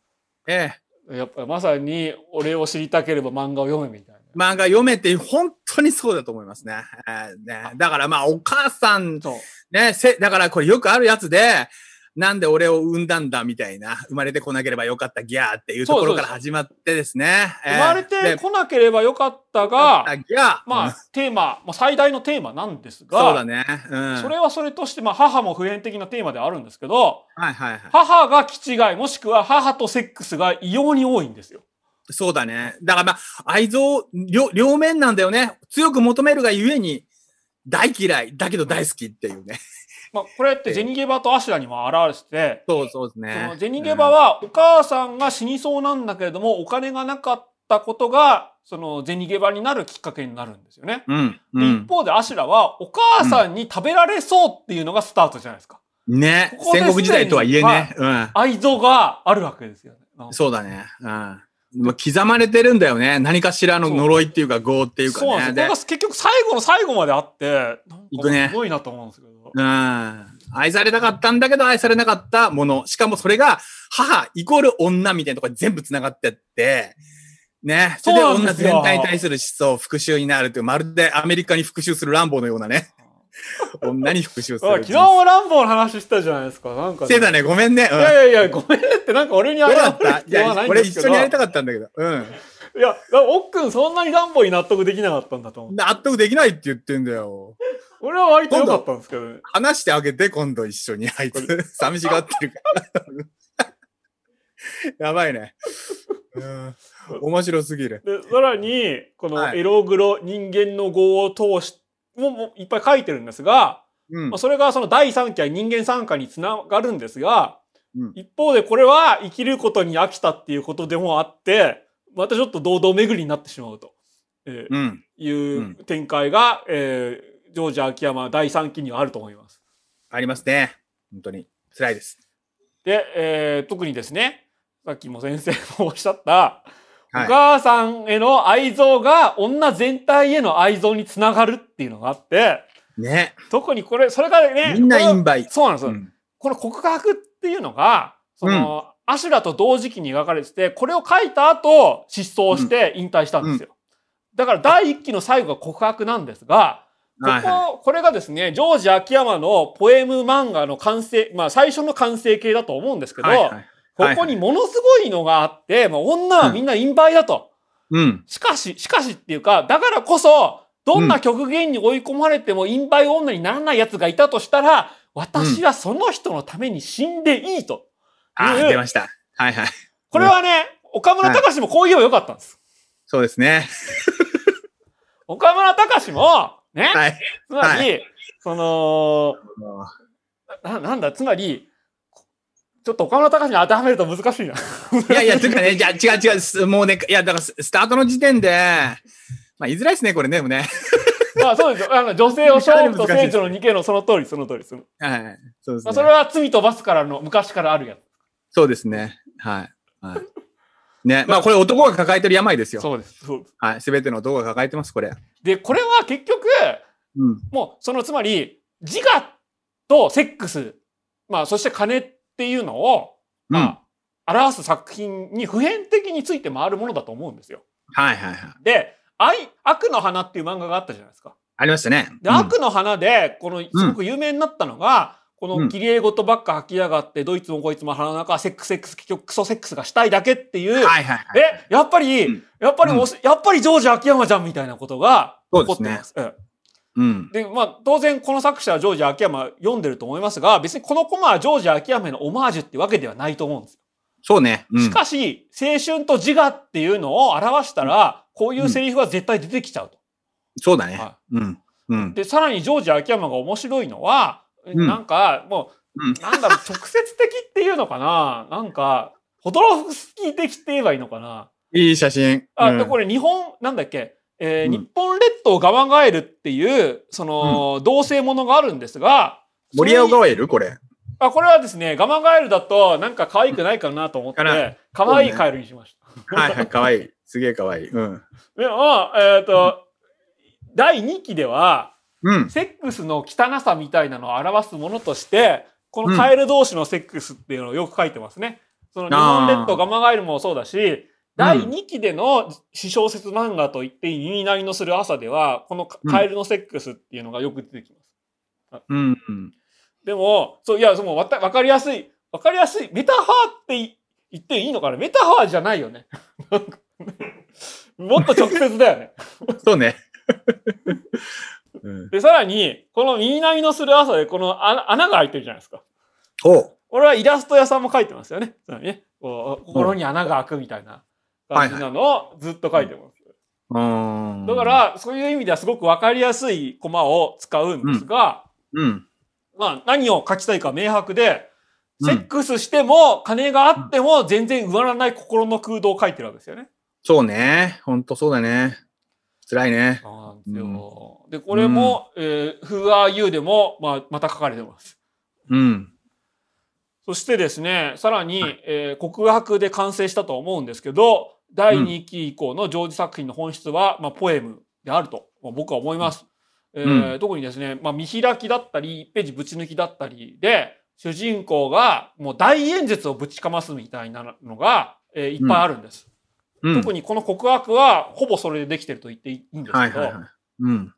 S2: ええ。
S1: やっぱまさに俺を知りたければ漫画を読めみたい
S2: 漫画読めって、本当にそうだと思いますね。えーねだからまあ、お母さん
S1: な。そう。
S2: ね、せ、だからこれよくあるやつで、なんで俺を産んだんだみたいな、生まれてこなければよかったギャーっていうところから
S1: そう
S2: 始まってですね。
S1: 生まれ
S2: えー
S1: て
S2: で
S1: こなければよかった
S2: よか
S1: が、
S2: ったギャー。
S1: ま
S2: うん
S1: あテーマ、まあ、最大のテーマなんですが、
S2: そうだね。うん。
S1: それはそれとして、まあ、母も普遍的なテーマではあるんですけど、
S2: はいはいはい。
S1: 母が気違い、もしくは母とセックスが異様に多いんですよ。
S2: そうだね。だからまあ、愛憎、両両面なんだよね。強く求めるがゆえに、大嫌い、だけど大好きっていうね。
S1: まあ、これってジェニゲバとアシュラにも表してて、
S2: そうそうです
S1: その
S2: ね。
S1: ジェニゲバはお母さんが死にそうなんだけれども、お金がなかったことが、そのジェニゲバになるきっかけになるんですよね。
S2: うん、う
S1: で一
S2: ん。
S1: 方でアシュラはお母さんに食べられそうっていうのがスタートじゃないですか。
S2: ね。
S1: ここですでに
S2: 戦国時代とはいえね。うん。
S1: 愛憎があるわけですよね。
S2: そうだね。うん。まあ刻まれてるんだよね。何かしらの呪いっていうか、業っていうか
S1: そうなんで
S2: ね。
S1: すよ。これが
S2: で
S1: 結局最後の最後まであって、なん
S2: 行
S1: か
S2: くね
S1: すごいなと思うんですけど。
S2: うん。愛されたかったんだけど、愛されなかったもの。しかもそれが、母イコール女みたいなところに全部繋がってって、ね。それで
S1: そうなんで
S2: 女
S1: すよ
S2: 全体に対する思想、復讐になるという、まるでアメリカに復讐する乱暴のよう なね。女に復讐す
S1: あ
S2: る。
S1: 昨日もランボーの話したじゃないですか。なんか、
S2: してたね。ごめんね。う
S1: い
S2: ん。
S1: やいやいや、ごめんねって、なんか俺に謝
S2: どう
S1: る
S2: だったい
S1: 必要はな
S2: や、
S1: いん
S2: 俺
S1: ですけ
S2: 一緒
S1: ど。
S2: にやりたかったんだけど。うん。
S1: いや、おっくんそんなにランボーに納得できなかったんだと思う。
S2: 納得できないって言ってんだよ。
S1: 俺は割と良かったんですけどね。
S2: 話してあげて、今度一緒に。あいつ、寂しがってるから。 やばいね。うん。面白すぎる。
S1: で、さらに、この
S2: はい
S1: エログロ人間の業を通し、ももいっぱい書いてるんですが、
S2: うん
S1: まあ、。それがその第三期や人間参加につながるんですが、
S2: うん
S1: 一方でこれは生きることに飽きたっていうことでもあってまたちょっと堂々巡りになってしまうと、えー
S2: うん。
S1: いう展開が、えージョージ秋山第三期にはあると思います。
S2: ありますね。本当に。辛いです。
S1: で、えー特にですねさっきも先生もおっしゃった、
S2: はい
S1: お母さんへの愛憎が女全体への愛憎につながるっていうのがあって
S2: ね。
S1: 特にこれそれがね
S2: みんな
S1: これは
S2: インバイ。
S1: そうなんですよ、
S2: うん
S1: この告白っていうのが、その、アシュラと同時期に描かれてて、これを書いた後、失踪して引退したんですよ。だから第一期の最後が告白なんですが、ここ、
S2: はいは
S1: これがですね、ジョージ秋山のポエム漫画の完成、まあ最初の完成形だと思うんですけ
S2: い。
S1: ど、
S2: はいはい。
S1: ここにものすごいのがあって、もう女はみんなインバイだと。
S2: うん。
S1: しかし、しかしっていうか、だからこそ、どんな極限に追い込まれても、インバイ女にならない奴がいたとしたら、私はその人のために死んでいいと。
S2: あ
S1: い
S2: ー、
S1: う
S2: 出ました。はいはい。
S1: これはね、岡村隆史もこう言えばよかったんです。
S2: そうですね。
S1: 岡村隆史も、ね、
S2: はい。
S1: つまり、その
S2: も
S1: な、なんだ、つまり、ちょっと岡村隆史に当てはめると難しいな。
S2: ういやいや、というかね、じゃあ違う違うす、もうね、いや、だからススタートの時点で、まあ、言いづらいですね、これね、でもね。
S1: まあそうですよ。あの女性を勝負と聖女の二系のその通り、その通りです。
S2: はい。そうです
S1: ま
S2: ね
S1: あ、それ。は罪と罰からの昔からあるや
S2: そうですね。はい。はい、ね、まあこれ男が抱えてる病で
S1: つ。
S2: すよ。
S1: そうです。そうです。
S2: はい。すべての男が抱えてます、これ。
S1: で、これは結局、
S2: うん。
S1: もうそのつまり自我とセックス、まあ、そして金っていうのを、
S2: うん。はい
S1: まあ、表す作品に普遍的について回るものだと思うんですよ。
S2: はいはい。
S1: で「愛悪の花」っていう漫画があったじゃないですか。
S2: ありましたね。
S1: で、
S2: うん
S1: 悪の花でこのすごく有名になったのが、こ
S2: う
S1: の
S2: ん
S1: 綺麗事ばっか吐きやがって、どいつもこいつも腹の中はセックスセックス結局クソセックスがしたいだけっていう、
S2: はいはいはい。
S1: えやっぱり、
S2: うん
S1: やっぱりおし、やっぱりジョージ秋山じゃんみたいなことが起こってます。うん
S2: うん。
S1: で、まあ、当然この作者はジョージ秋山読んでると思いますが、別にこのコマはジョージ秋山へのオマージュってわけではないと思うんですよ。
S2: そうね。うん
S1: しかし、青春と自我っていうのを表したら、こういうセリフは絶対出てきちゃうと。
S2: そうだね
S1: は。
S2: うん。うん。
S1: で、さらにジョージ秋山が面白いのは、
S2: うん
S1: なんか、もう、
S2: うん
S1: なんだろう、直接的っていうのかななんか、ホドロフスキー的って言えばいいのかない
S2: い写真。
S1: あ、
S2: うん
S1: でこれ日本、なんだっけ、えー
S2: うん
S1: 日本列島をガマガエルっていう、その、同性ものがあるんですが、
S2: 森青ガエルこれ。
S1: あ、これはですね、ガマガエルだと、なんか可愛くないかなと思っ
S2: か
S1: て、可愛いカエルにしまし
S2: はいはい、かわいい。すげえかわいい。うん。
S1: た。でも、えっ、と、第2期では、
S2: うん。
S1: セックスの汚さみたいなのを表すものとして、このカエル同士のセックスっていうのをよく書いてますね。その日本列島ガマガエルもそうだし、第2期での私小説漫画と言っていいなりのする朝では、このカカエルのセックスっていうのがよく出てきます。
S2: うん。うん
S1: でも、そう、いや、そのわた、わかりやすい、わかりやすい、メタファーってい言っていいのかなメタファーじゃないよね。 なんかもっと直接だよね。
S2: そうね。 うん。
S1: で、さらに、この耳並みのする朝で、この穴穴が開いてるじゃないですか。
S2: おう
S1: 俺はイラスト屋さんも描いてますよね。そうだね。こう心に穴が開くみたいな感じなのをずっと描いてます。
S2: うーん。
S1: だか、ら、そういう意味ではすごくわかりやすいコマを使うんですが、
S2: うん。
S1: まあ、何を書きたいか明白で、
S2: うん
S1: セックスしても、金があっても、全然埋まらない心の空洞を書いてるわけですよね。
S2: そうね。ほんとそうだね。辛いね。
S1: そうなんですよ。で、これも、えー Who are you でも、まあ、また書かれてます。
S2: うん。
S1: そしてですね、さらに、えー告白で完成したと思うんですけど、第2期以降のジョージ作品の本質は、まあ、ポエムであると、まあ僕は思います。えー特にですね、まあ、見開きだったり、1ページぶち抜きだったりで、主人公がもう大演説をぶちかますみたいなのが、えーいっぱいあるんです。
S2: うん。
S1: 特にこの告白は、ほぼそれでできてると言っていいんです
S2: は
S1: け
S2: い
S1: ど、
S2: はいはい。うん。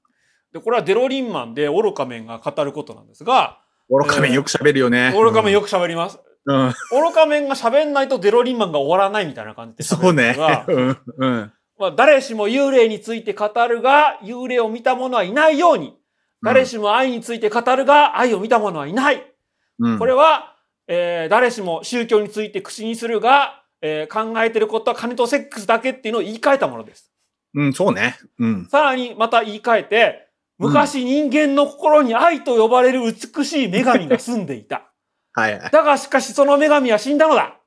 S1: でこれはデロリンマンで愚か面が語ることなんですが、
S2: 愚かめよく喋るよね。
S1: 愚か面よ
S2: く。
S1: く喋ります。
S2: うん。
S1: 愚か面が喋んないとデロリンマンが終わらないみたいな感じで
S2: そう
S1: 喋る
S2: ね
S1: のが。
S2: うん。うん。
S1: まあ、誰しも幽霊について語るが、幽霊を見た者はいないように。誰しも愛について語るが、愛を見た者はいない。
S2: うん
S1: これは、えー誰しも宗教について口にするが、えー考えてることは金とセックスだけっていうのを言い換えたものです。
S2: うん、そうね。うん。
S1: さらにまた言い換えて、昔人間の心に愛と呼ばれる美しい女神が住んでいた。
S2: はいはい。
S1: だがしかしその女神は死んだのだ。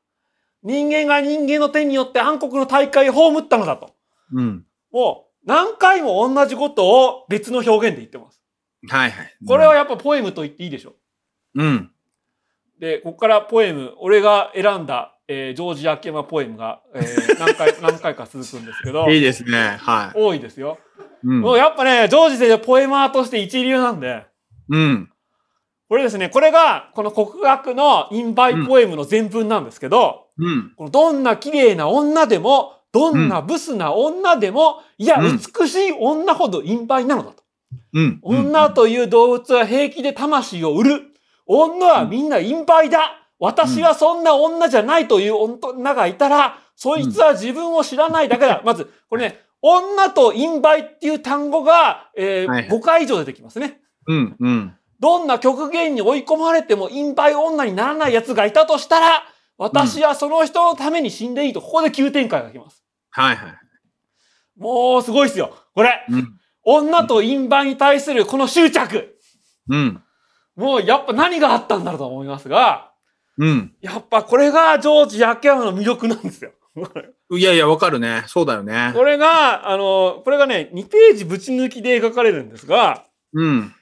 S1: 人間が人間の手によって暗黒の大会を葬ったのだと。
S2: うん。
S1: もう何回も同じことを別の表現で言ってます。
S2: はいはい。
S1: これは、やっぱポエムと言っていいでしょ
S2: うん。
S1: う。で、ここからポエム、俺が選んだ、えージョージ・秋山ポエムが、えー何 回、何回か続くんですけど、
S2: いいですね。は
S1: 多いですよ。
S2: い。うん
S1: もう。やっぱね、ジョージ先生ポエマーとして一流なんで、
S2: うん。
S1: これですね、これが、この告白のインバイポエムの全文なんですけど、
S2: うん。
S1: このどんな綺麗な女でも、どんなブスな女でも、いや、
S2: うん
S1: 美しい女ほど陰敗なのだと。
S2: うん。
S1: 女という動物は平気で魂を売る。女はみんな陰敗だ。私はそんな女じゃないという女がいたら、そいつは自分を知らないだけだ。まず、これね、女と陰敗っていう単語が、えー
S2: はいはい
S1: 5回以上出てきますね。
S2: うん。うん。
S1: どんな極限に追い込まれても陰敗女にならない奴がいたとしたら、私はその人のために死んでいいと、ここで急展開が来ます。
S2: はいはい。
S1: もうすごいっすよ。これ、
S2: うん。
S1: 女と陰敗に対するこの執着。
S2: うん。
S1: もうやっぱ何があったんだろうと思いますが、
S2: うん。
S1: やっぱこれがジョージ・秋山の魅力なんですよ。
S2: いやいや、わかるね。そうだよね。
S1: これが、あの、これがね、2ページぶち抜きで描かれるんですが、
S2: うん。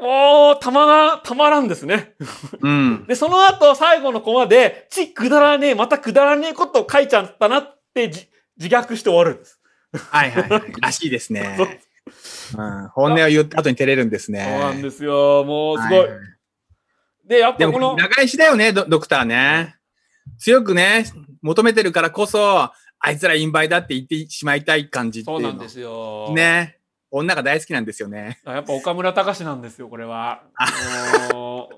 S1: もう、たまら、たまらんですね。
S2: うん。
S1: で、その後、最後のコマで、ち、くだらねえ、またくだらねえことを書いちゃったなってじ自虐して終わるんです。
S2: はいはいはい。らしいで すね。うん。本音を言った後に照れるんですね。
S1: そうなんですよ。もう、すごい。
S2: はは
S1: で、やっ
S2: で
S1: ぱこ
S2: も、
S1: の、
S2: 長いしだよね、ドドクターね。強くね、求めてるからこそ、あいつらインバイだって言ってしまいたい感じってい
S1: そうう
S2: の。
S1: なんですよ。。
S2: ね。女が大好きなんですよね。
S1: やっぱ岡村隆史なんですよ、これは。もう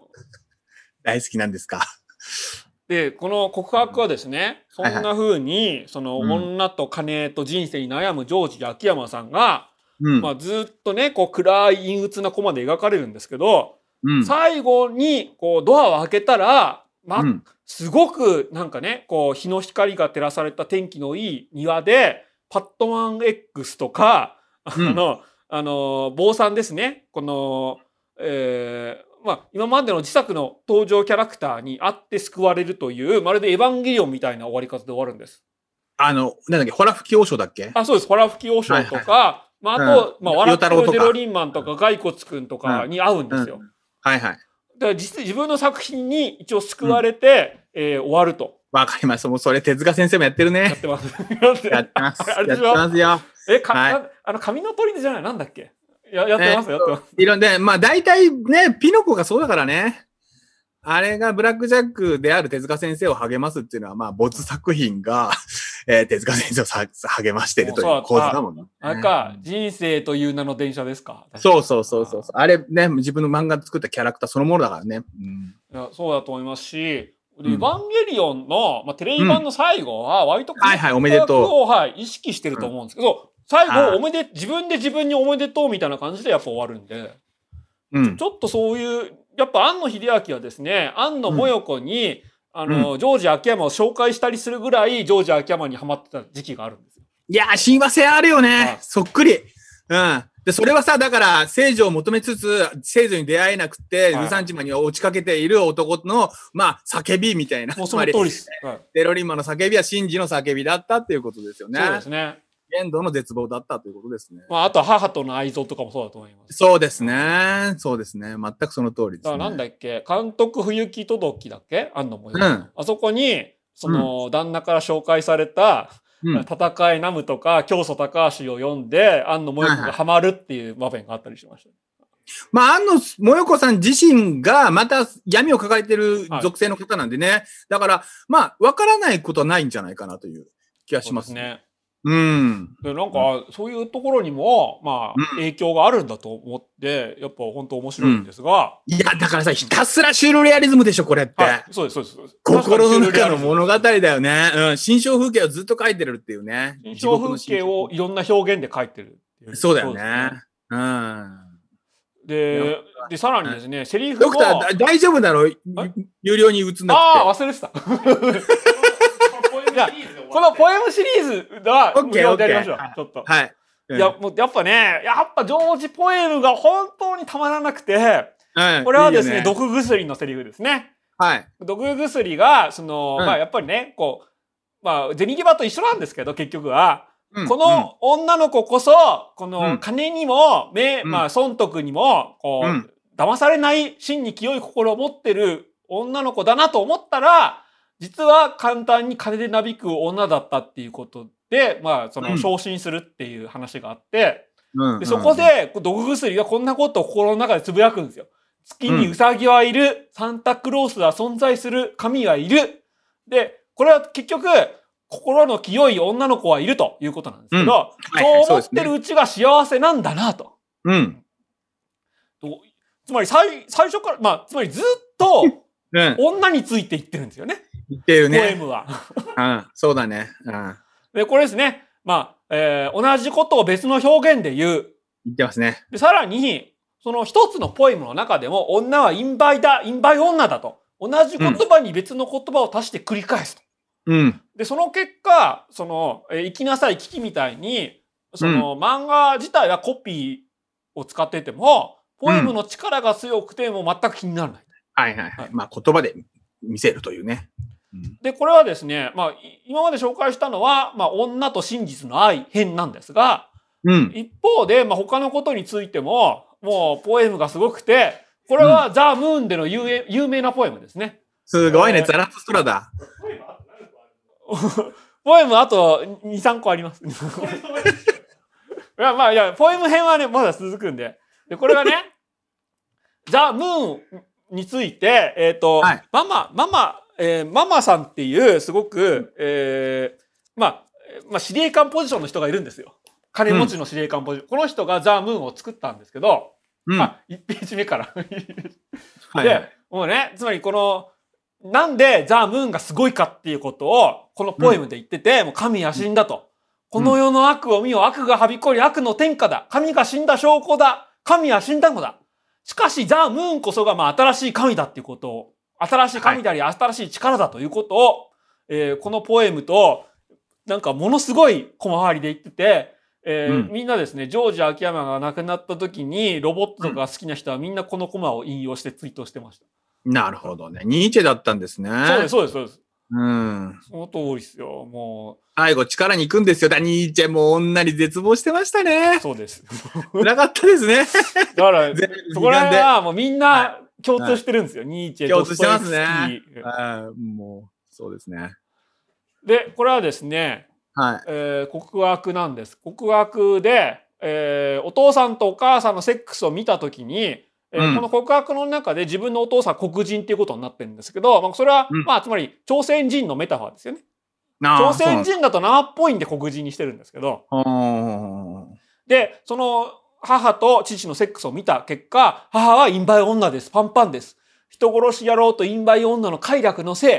S2: 大好きなんですか。
S1: で、この告白はですね、そんな風に、その、
S2: うん
S1: 女と金と人生に悩むジョージ秋山さんが、
S2: うん。
S1: まあ、ずっとね、こう、暗い陰鬱なコマで描かれるんですけど、
S2: うん。
S1: 最後に、こう、ドアを開けたら、ま
S2: うん
S1: すごくなんかね、こう日の光が照らされた天気のいい庭で、パットマン X とか、あ
S2: うん
S1: の、あの、坊さんですね。この、えーまあ、今までの自作の登場キャラクターに会って救われるという、まるでエヴァンゲリオンみたいな終わり方で終わるんです。
S2: あの、なんだっけ、ホラ吹き王将だっけ
S1: あ、そうです。ホラ吹き王将とか、まあ、あと、
S2: うん
S1: まあ、笑っ
S2: 与太
S1: て
S2: 郎と
S1: る
S2: か
S1: デロリンマンとか、骸骨くんとかに会うんですよ。
S2: はいはい。
S1: から実自分の作品に一応救われて、えー終わる と。
S2: わかりました。もうそれ、手塚先生もやってる
S1: やっ
S2: ね。
S1: てます。
S2: やってます。
S1: あ
S2: や
S1: れ
S2: っ
S1: で
S2: て
S1: しょ
S2: ますよ。
S1: え、か、
S2: はい
S1: なあの、紙の鳥じゃない、なんだっけややってます、
S2: え
S1: やってます。
S2: いろんで、まあ大体ね、ピノコがそうだからね。あれがブラックジャックである手塚先生を励ますっていうのは、まあ、没作品が、 えー手塚先生をさ励ましてると
S1: そ
S2: いうう構図だもんね。
S1: あれか、人生という名の電車ですか。
S2: そうそうそうそうそう。あれね、自分の漫画作ったキャラクターそのものだからね。うん
S1: いやそうだと思いますし、で
S2: うん
S1: エヴァンゲリオンの、まあ、テレビ版の最後は、割と、
S2: はいはいおめでとう
S1: う。はい、意識してると思うんですけど、最
S2: あ
S1: 後、
S2: ー
S1: おめで、自分で自分におめでとうみたいな感じでやっぱ終わるんで、
S2: うん
S1: ち。ょっとそういう、やっぱ庵野秀明はですね、庵野もよこに、あの、ジョージ秋山を紹介したりするぐらい、ジョージ秋山にハマってた時期があるんですよ。
S2: いやー、親和性あるよ
S1: はい
S2: ね。そっくり。うん。で、それはさ、だから、聖女を求めつつ、聖女に出会えなくて、
S1: はい
S2: ルサンチマに落ちかけている男の、まあ、叫びみたいな。
S1: もう
S2: つ
S1: その
S2: ま
S1: 通
S2: り、
S1: りです。はい
S2: テロリンマの叫びは真珠の叫びだったっていうことですよね
S1: そう。ですね。
S2: 限度の絶望だったということですね。
S1: まあ、あと母との愛憎とかもそうだと思います。
S2: そうですね。そうですね。全くその通りです、ね。
S1: だからなんだっけ、監督冬木届だっけあんのもよ、
S2: うん
S1: あそこに、その、旦那から紹介された、
S2: うん。
S1: 戦いナムとか、教祖高橋を読んで、庵野もよこがハマるっていう場面があったりしました。
S2: まあ、安野もよこさん自身がまた闇を抱えてる属性の方なんでね。だから、まあ、わからないことはないんじゃないかなという気がしますね。
S1: ね。
S2: うん。
S1: で、なんか、そういうところにも、ま
S2: うん
S1: あ、影響があるんだと思って、やっぱ本当面白いんですが、
S2: いや、だからさ、ひたすらシュールレアリズムでしょ、これって。
S1: はい、そうです、そうですそうです。
S2: 心の中の物語
S1: 確か
S2: だよね。うん。心象風景をずっと描いてるっていうね。
S1: に心象風景をいろんな表現で描いてるってい
S2: 地獄の心象。そうだよ
S1: で
S2: ね。
S1: す
S2: うん。
S1: で、で、さらにですね、セリフ
S2: ド
S1: も
S2: クター、だ大丈夫だろう
S1: え
S2: 有料に打つん
S1: あ
S2: だ
S1: あ、忘れてた。 このポエムシリーズは
S2: オッ
S1: 無
S2: ケー
S1: 料
S2: オッ
S1: で
S2: ケー
S1: やりましょう。ちょっと
S2: って。。はい。うん
S1: いや、もうやっぱね、やっぱジョージポエムが本当にたまらなくて、
S2: うん
S1: これはです
S2: いい
S1: ね、
S2: よ
S1: 毒薬のセリフですね。
S2: はい。
S1: 毒薬が、その、
S2: うん
S1: まあやっぱりね、こう、まあ、ゼニゲバと一緒なんですけど、結局は。
S2: うん
S1: こ、
S2: うん
S1: の女の子こそ、こ
S2: う
S1: の
S2: ん
S1: 金にも、め、
S2: うん
S1: まあ、損得にも、こう、
S2: うん
S1: 騙されない、真に清い心を持ってる女の子だなと思ったら、実は簡単に金でなびく女だったっていうことで、まあ、そうの、
S2: ん
S1: 昇進するっていう話があって、
S2: うん
S1: でそこ、で、こう毒薬がこんなことを心の中でつぶやくんですよ。月にウサギはいる、サンタクロースは存在する、神はいる。で、これは結局、心の清い女の子はいるということなんですけど、
S2: うんはいはい
S1: そう思っ
S2: そうですね
S1: てるうちが幸せなんだなと。
S2: うん。
S1: とつまり最、最初から、まあ、つまりずっ と
S2: うん。
S1: 女についていってるんですよね、
S2: 言ってる
S1: ポエ
S2: ね。
S1: ムは。
S2: うん。そうだね。うん。
S1: で、これですね、まあ、えー同じことを別の表現で言う。
S2: 言ってますね。
S1: で、さらに、その一つのポエムの中でも、女は陰媒だ、陰媒女だと。同じ言葉に別の言葉を足して繰り返すと。
S2: うん。
S1: で、その結果、その、えー生きなさい危機みたいに、その、漫画自体はコピーを使ってても、ポエムの力が強くてもう全く気にならない。
S2: はいはい
S1: は
S2: はいい。まあ、言葉で見せるというね。うん
S1: で、これはですね、まあ、い今まで紹介したのは、まあ、女と真実の愛編なんですが、
S2: うん。
S1: 一方で、まあ、他のことについても、もう、ポエムがすごくて、これはザ・ムーンでの有名有名なポエムですね。
S2: すごい
S1: え
S2: ね。
S1: ー
S2: ザラストラだ。
S1: ポエムあと2、3個あります。 いや、まあ、いや、ポエム編はね、まだ続くんで。で、これ がね、ザ・ムーンについて、えっ、と、
S2: はい
S1: ママ、ママ、えーママさんっていう、すごく、えーまあ、えーまあ、司令官ポジションの人がいるんですよ。金持ちの司令官ポジション。この人がザ・ムーンを作ったんですけど、
S2: うん。
S1: まあ、1ページ目から。
S2: はいは
S1: で
S2: い。、
S1: もうね、つまりこの、なんでザ・ムーンがすごいかっていうことを、このポエムで言ってて、もう神は死んだと。この世の悪を見よ、悪がはびこり、悪の天下だ。神が死んだ証拠だ。神は死んだのだ。しかし、ザ・ムーンこそが、まあ、新しい神だっていうことを、新しい神であり、新しい力だということを、えーこのポエムと、なんかものすごい小回りで言ってて、えー
S2: うん
S1: みんなですね、ジョージ秋山が亡くなった時に、ロボットとか好きな人はみんなこのコマを引用してツイートしてました。
S2: なるほどね。ニーチェだったんですね。
S1: そうです、そうです、そうです。
S2: うん。
S1: その通りですよ。も
S2: 最後、力に行くんですよ。だニーチェも女に絶望してましたね
S1: う、。そうです。
S2: 辛かったですね。
S1: だから、
S2: 全
S1: そこら辺
S2: は
S1: はもうみんな、共通してるんですよ。ニーチェ、
S2: 共通してま
S1: ド
S2: すね
S1: ストエフスキー
S2: あーもう、そうですね。
S1: で、これはですね、
S2: はい。
S1: えー告白なんです。告白で、えーお父さんとお母さんのセックスを見たときに、えー
S2: うん
S1: この告白の中で自分のお父さんは黒人っていうことになってるんですけど、まあ、それは、
S2: うん
S1: まあ、つまり朝鮮人のメタファーですよね。
S2: な
S1: 朝
S2: あ、そうな
S1: 鮮
S2: んです
S1: 人だと生っぽいんで黒人にしてるんですけど、
S2: ほーん
S1: で、その母と父のセックスを見た結果、母はインバイ女です。パンパンです。人殺し野郎とインバイ女の快楽のせい、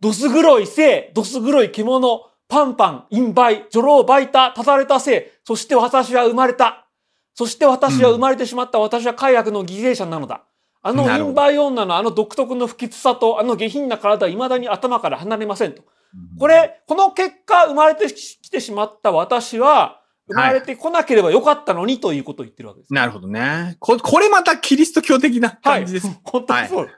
S1: どす黒いせい、どす黒い獣、パンパン、インバイ、女郎バイタ、たたれたせい、そして私は生まれた。そして私は生まれてしまった、私は快楽の犠牲者なのだ。あの
S2: なるほ
S1: イ
S2: ど
S1: ンバイ女のあの独特の不吉さと、あの下品な体は未だに頭から離れませんと。こ、れ、この結果、生まれてきてしまった私は、生まれてこなければよかったのにということを言ってるわけです。
S2: なるほどね。ここれまたキリスト教的な
S1: はい
S2: 感じです。はい。
S1: 本当にそう。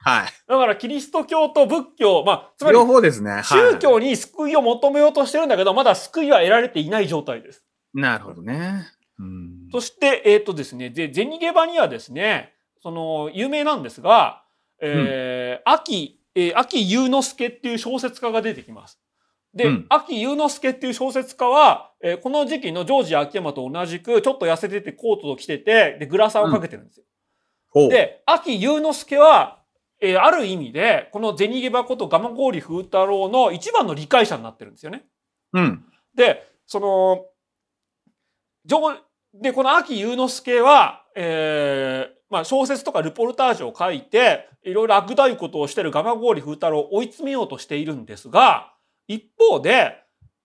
S2: は
S1: だから、キリスト教と仏教、まあ、つま
S2: い、
S1: り
S2: 両、方ですね。はい
S1: 宗教に救いを求めようとしてるんだけど、まだ救いは得られていない状態です。
S2: なるほどね。うん
S1: そして、えっ、とですね、で、ゼニゲバにはですね、その、有名なんですが、えー秋、えー秋祐之助っていう小説家が出てきます。で、
S2: うん
S1: 秋祐之助っていう小説家は、えーこの時期のジョージ秋山と同じく、ちょっと痩せててコートを着てて、で、グラサンをかけてるんですよ。
S2: ほう
S1: で、秋祐之助は、えーある意味で、このゼニゲバことガマゴーリ風太郎の一番の理解者になってるんですよね。
S2: うん。
S1: で、その、上で、この秋祐之助は、えーまあ小説とかルポルタージュを書いて、いろいろ悪だいことをしてる蒲郡風太郎を追い詰めようとしているんですが、一方で、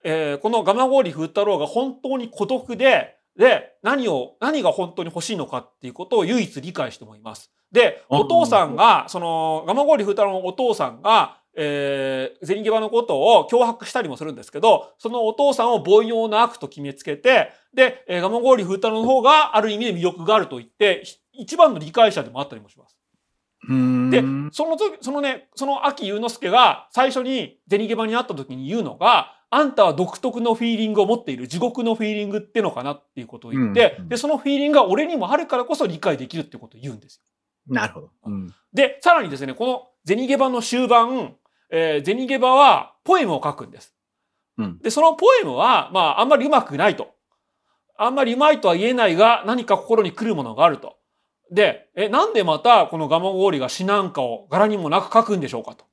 S1: えーこの蒲郡風太郎が本当に孤独で、で、何を、何が本当に欲しいのかっていうことを唯一理解してもいます。で、
S2: うん
S1: お父さんが、その、蒲郡風太郎のお父さんが、えー、銭際のことを脅迫したりもするんですけど、そのお父さんを凡庸な悪と決めつけて、で、えー、蒲郡風太郎の方がある意味で魅力があると言って、ひ一番の理解者でもあったりもします。
S2: うーん
S1: で、その時、そのね、その秋祐之助が最初にデニゲバに会った時に言うのが、あんたは独特のフィーリングを持っている、地獄のフィーリングってのかなっていうことを言って、
S2: うんうん
S1: で、そのフィーリングが俺にもあるからこそ理解できるってことを言うんですよ。
S2: なるほど。うん
S1: で、さらにですね、このゼニゲバの終盤、えー、ゼニゲバはポエムを書くんです。
S2: うん
S1: で、そのポエムは、まあ、あんまりうまくないと。あんまりうまいとは言えないが、何か心に来るものがあると。で、え、なんでまた、このガモゴーリが詩なんかを柄にもなく書くんでしょうかと。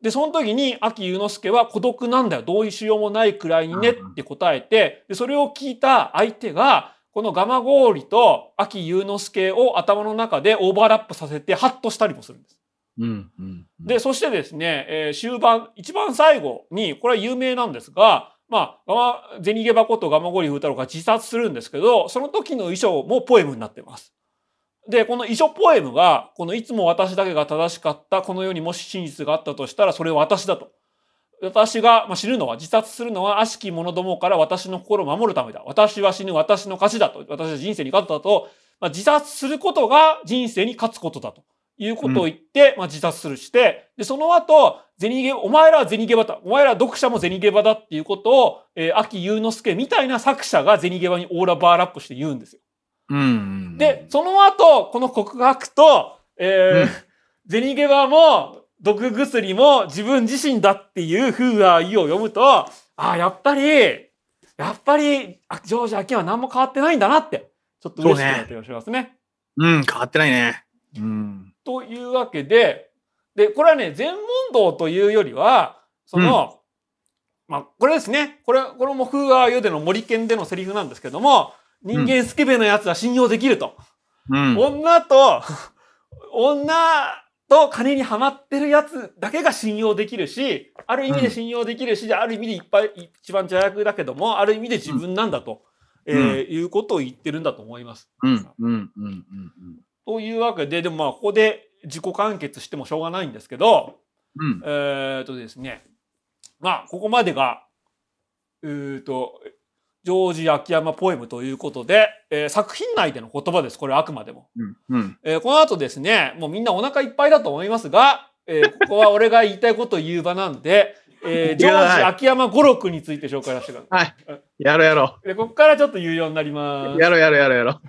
S1: で、その時に、秋祐之助は孤独なんだよ。どういうしようもないくらいにね
S2: うん
S1: って答えて、で、それを聞いた相手が、このガマゴーリと秋祐之助を頭の中でオーバーラップさせて、ハッとしたりもするんです。
S2: うん。うん。
S1: で、そしてですね、えー終盤、一番最後に、これは有名なんですが、まあ、ガマ、ゼニゲバことガマゴリフータロが自殺するんですけど、その時の衣装もポエムになってます。で、この衣装ポエムが、このいつも私だけが正しかった、この世にもし真実があったとしたら、それは私だと。私が、まあ、死ぬのは、自殺するのは悪しき者どもから私の心を守るためだ。私は死ぬ、私の勝ちだと。私は人生に勝ったと。まあ、自殺することが人生に勝つことだと。いうことを言って、まあ、自殺するして、で、その後、ゼニゲ、お前らはゼニゲバだ。お前らは読者もゼニゲバだっていうことを、えー、秋祐之助みたいな作者がゼニゲバにオーラバーラップして言うんですよ。
S2: うん、うん。
S1: で、、その後、この告白と、えー
S2: うん
S1: ゼニゲバも、毒薬も自分自身だっていう風合いを読むと、ああ、やっぱり、やっぱり、あジョージ・アキは何も変わってないんだなって、ちょっと嬉しくなって気がしますね。
S2: うん、変わってないね。うん。
S1: というわけで、で、これはね、全問答というよりは、その、まあ、これですね。これ、これも風和湯での森県でのセリフなんですけども、人間スケベな奴は信用できると。
S2: うん。
S1: 女と、女と金にはまってるやつだけが信用できるし、ある意味で信用できるし、ある意味でいっぱい一番邪悪だけども、ある意味で自分なんだと、
S2: うん
S1: えーいうことを言ってるんだと思います。
S2: うん。うん。うん。うん。
S1: というわけで、でもまあ、ここで自己完結してもしょうがないんですけど、
S2: うん。
S1: えー、っとですね、まあ、ここまでが、えー、と、ジョージ秋山ポエムということで、えー作品内での言葉です。これはあくまでも。
S2: うん。うん。
S1: えーこの後ですね、もうみんなお腹いっぱいだと思いますが、えーここは俺が言いたいことを言う場なんで、えージョージ秋山語録について紹介させてくださ
S2: やろうやろ
S1: い。で、ここからちょっと有料になりま
S2: う。
S1: す。
S2: やろうやろうやろうやろ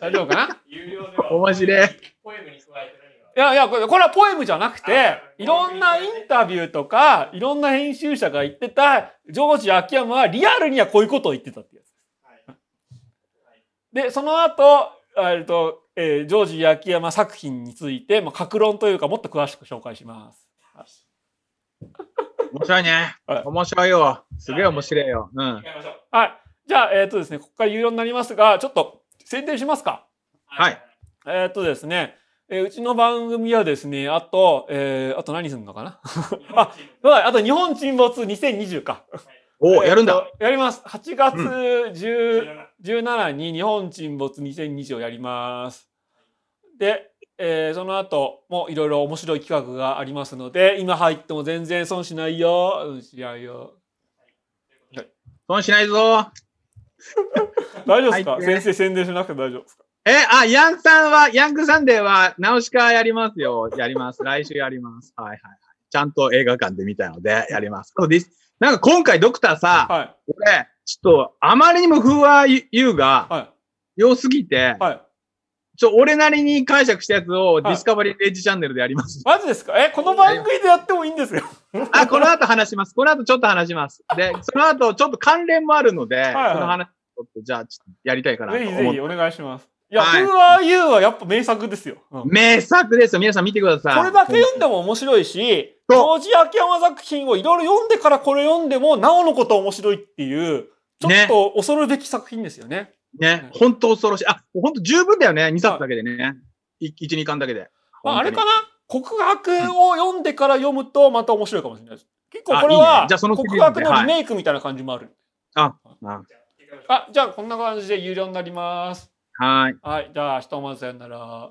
S1: 大丈うかな
S3: 有料では
S2: う。面白い。
S3: ポエムに加え
S1: やいや、これこれはポエムじゃなく
S3: あ
S1: て、いろんなインタビューとか、いろんな編集者が言ってた、ジョージ秋山はリアルにはこういうことを言ってたってやつ。
S3: はい
S1: で、その後、えっと、えージョージ秋山作品について、まあ、格論というか、もっと詳しく紹介します。
S2: 面白いね。
S1: はい
S2: 面白いよ。すげえ面白いよ。う
S3: 行
S2: ん。
S3: きましょう
S1: はい。じゃあ、えっ、とですね、ここから有料になりますが、ちょっと宣伝しますか。
S2: はい。
S1: えっ、とですね、えーうちの番組はですね、あと、えーあと何するのかなあはい、 あと日本沈没2020か。
S2: お、やるんだ。
S1: えーとやります。8月10、
S3: 17
S1: 17に日本沈没2020をやります。で、えーその後もいろいろ面白い企画がありますので、今入っても全然損しないよ。うんしないよ。
S2: 損しないぞ。
S1: 大丈夫ですか、
S2: はい
S1: 先生宣伝しなくて大丈夫ですか
S2: え、あ、ヤンさんは、ヤングサンデーは、ナウシカやりますよ。やります。来週やります。はいはいはい。ちゃんと映画館で見たので、やります。そうです。なんか今回ドクターさ、
S1: はい。
S2: 俺、ちょっと、あまりにも風和優が
S1: は
S2: 良すぎて
S1: い。、はい。
S2: ちょ、俺なりに解釈したやつをディスカバリーレイジチャンネルでやります。
S1: マジですかえ、この番組でやってもいいんですよ。
S2: あ、この後話します。この後ちょっと話します。で、その後ちょっと関連もあるので、
S1: はい
S2: その話、ちょっとじゃあ、ちょっとやりたいかなと
S1: ぜひ
S2: 思
S1: ぜ
S2: って
S1: ひお願いします。いや、
S2: はい
S1: Who are you はやっぱ名作ですよ。うん
S2: 名作ですよ。皆さん見てください。
S1: これだけ読んでも面白いし、ジ
S2: そ
S1: ョージ秋山作品をいろいろ読んでからこれ読んでも、なおのこと面白いっていう、ちょっと恐るべき作品ですよね。
S2: ね、本当恐ろしい。あ、本当十分だよね。2冊だけでね。1、2巻だけで。
S1: まあ、あれか
S2: な
S1: な告白を読んでから読むとまた面白いかもしれないです。結構これ
S2: あいい
S1: は
S2: ねじゃあその次
S1: 告白の
S2: は
S1: リ
S2: い
S1: メイクみたいな感じもある。あ、じゃあこんな感じで有料になります。
S2: はい。
S1: はい、じゃあひとまずさよなら。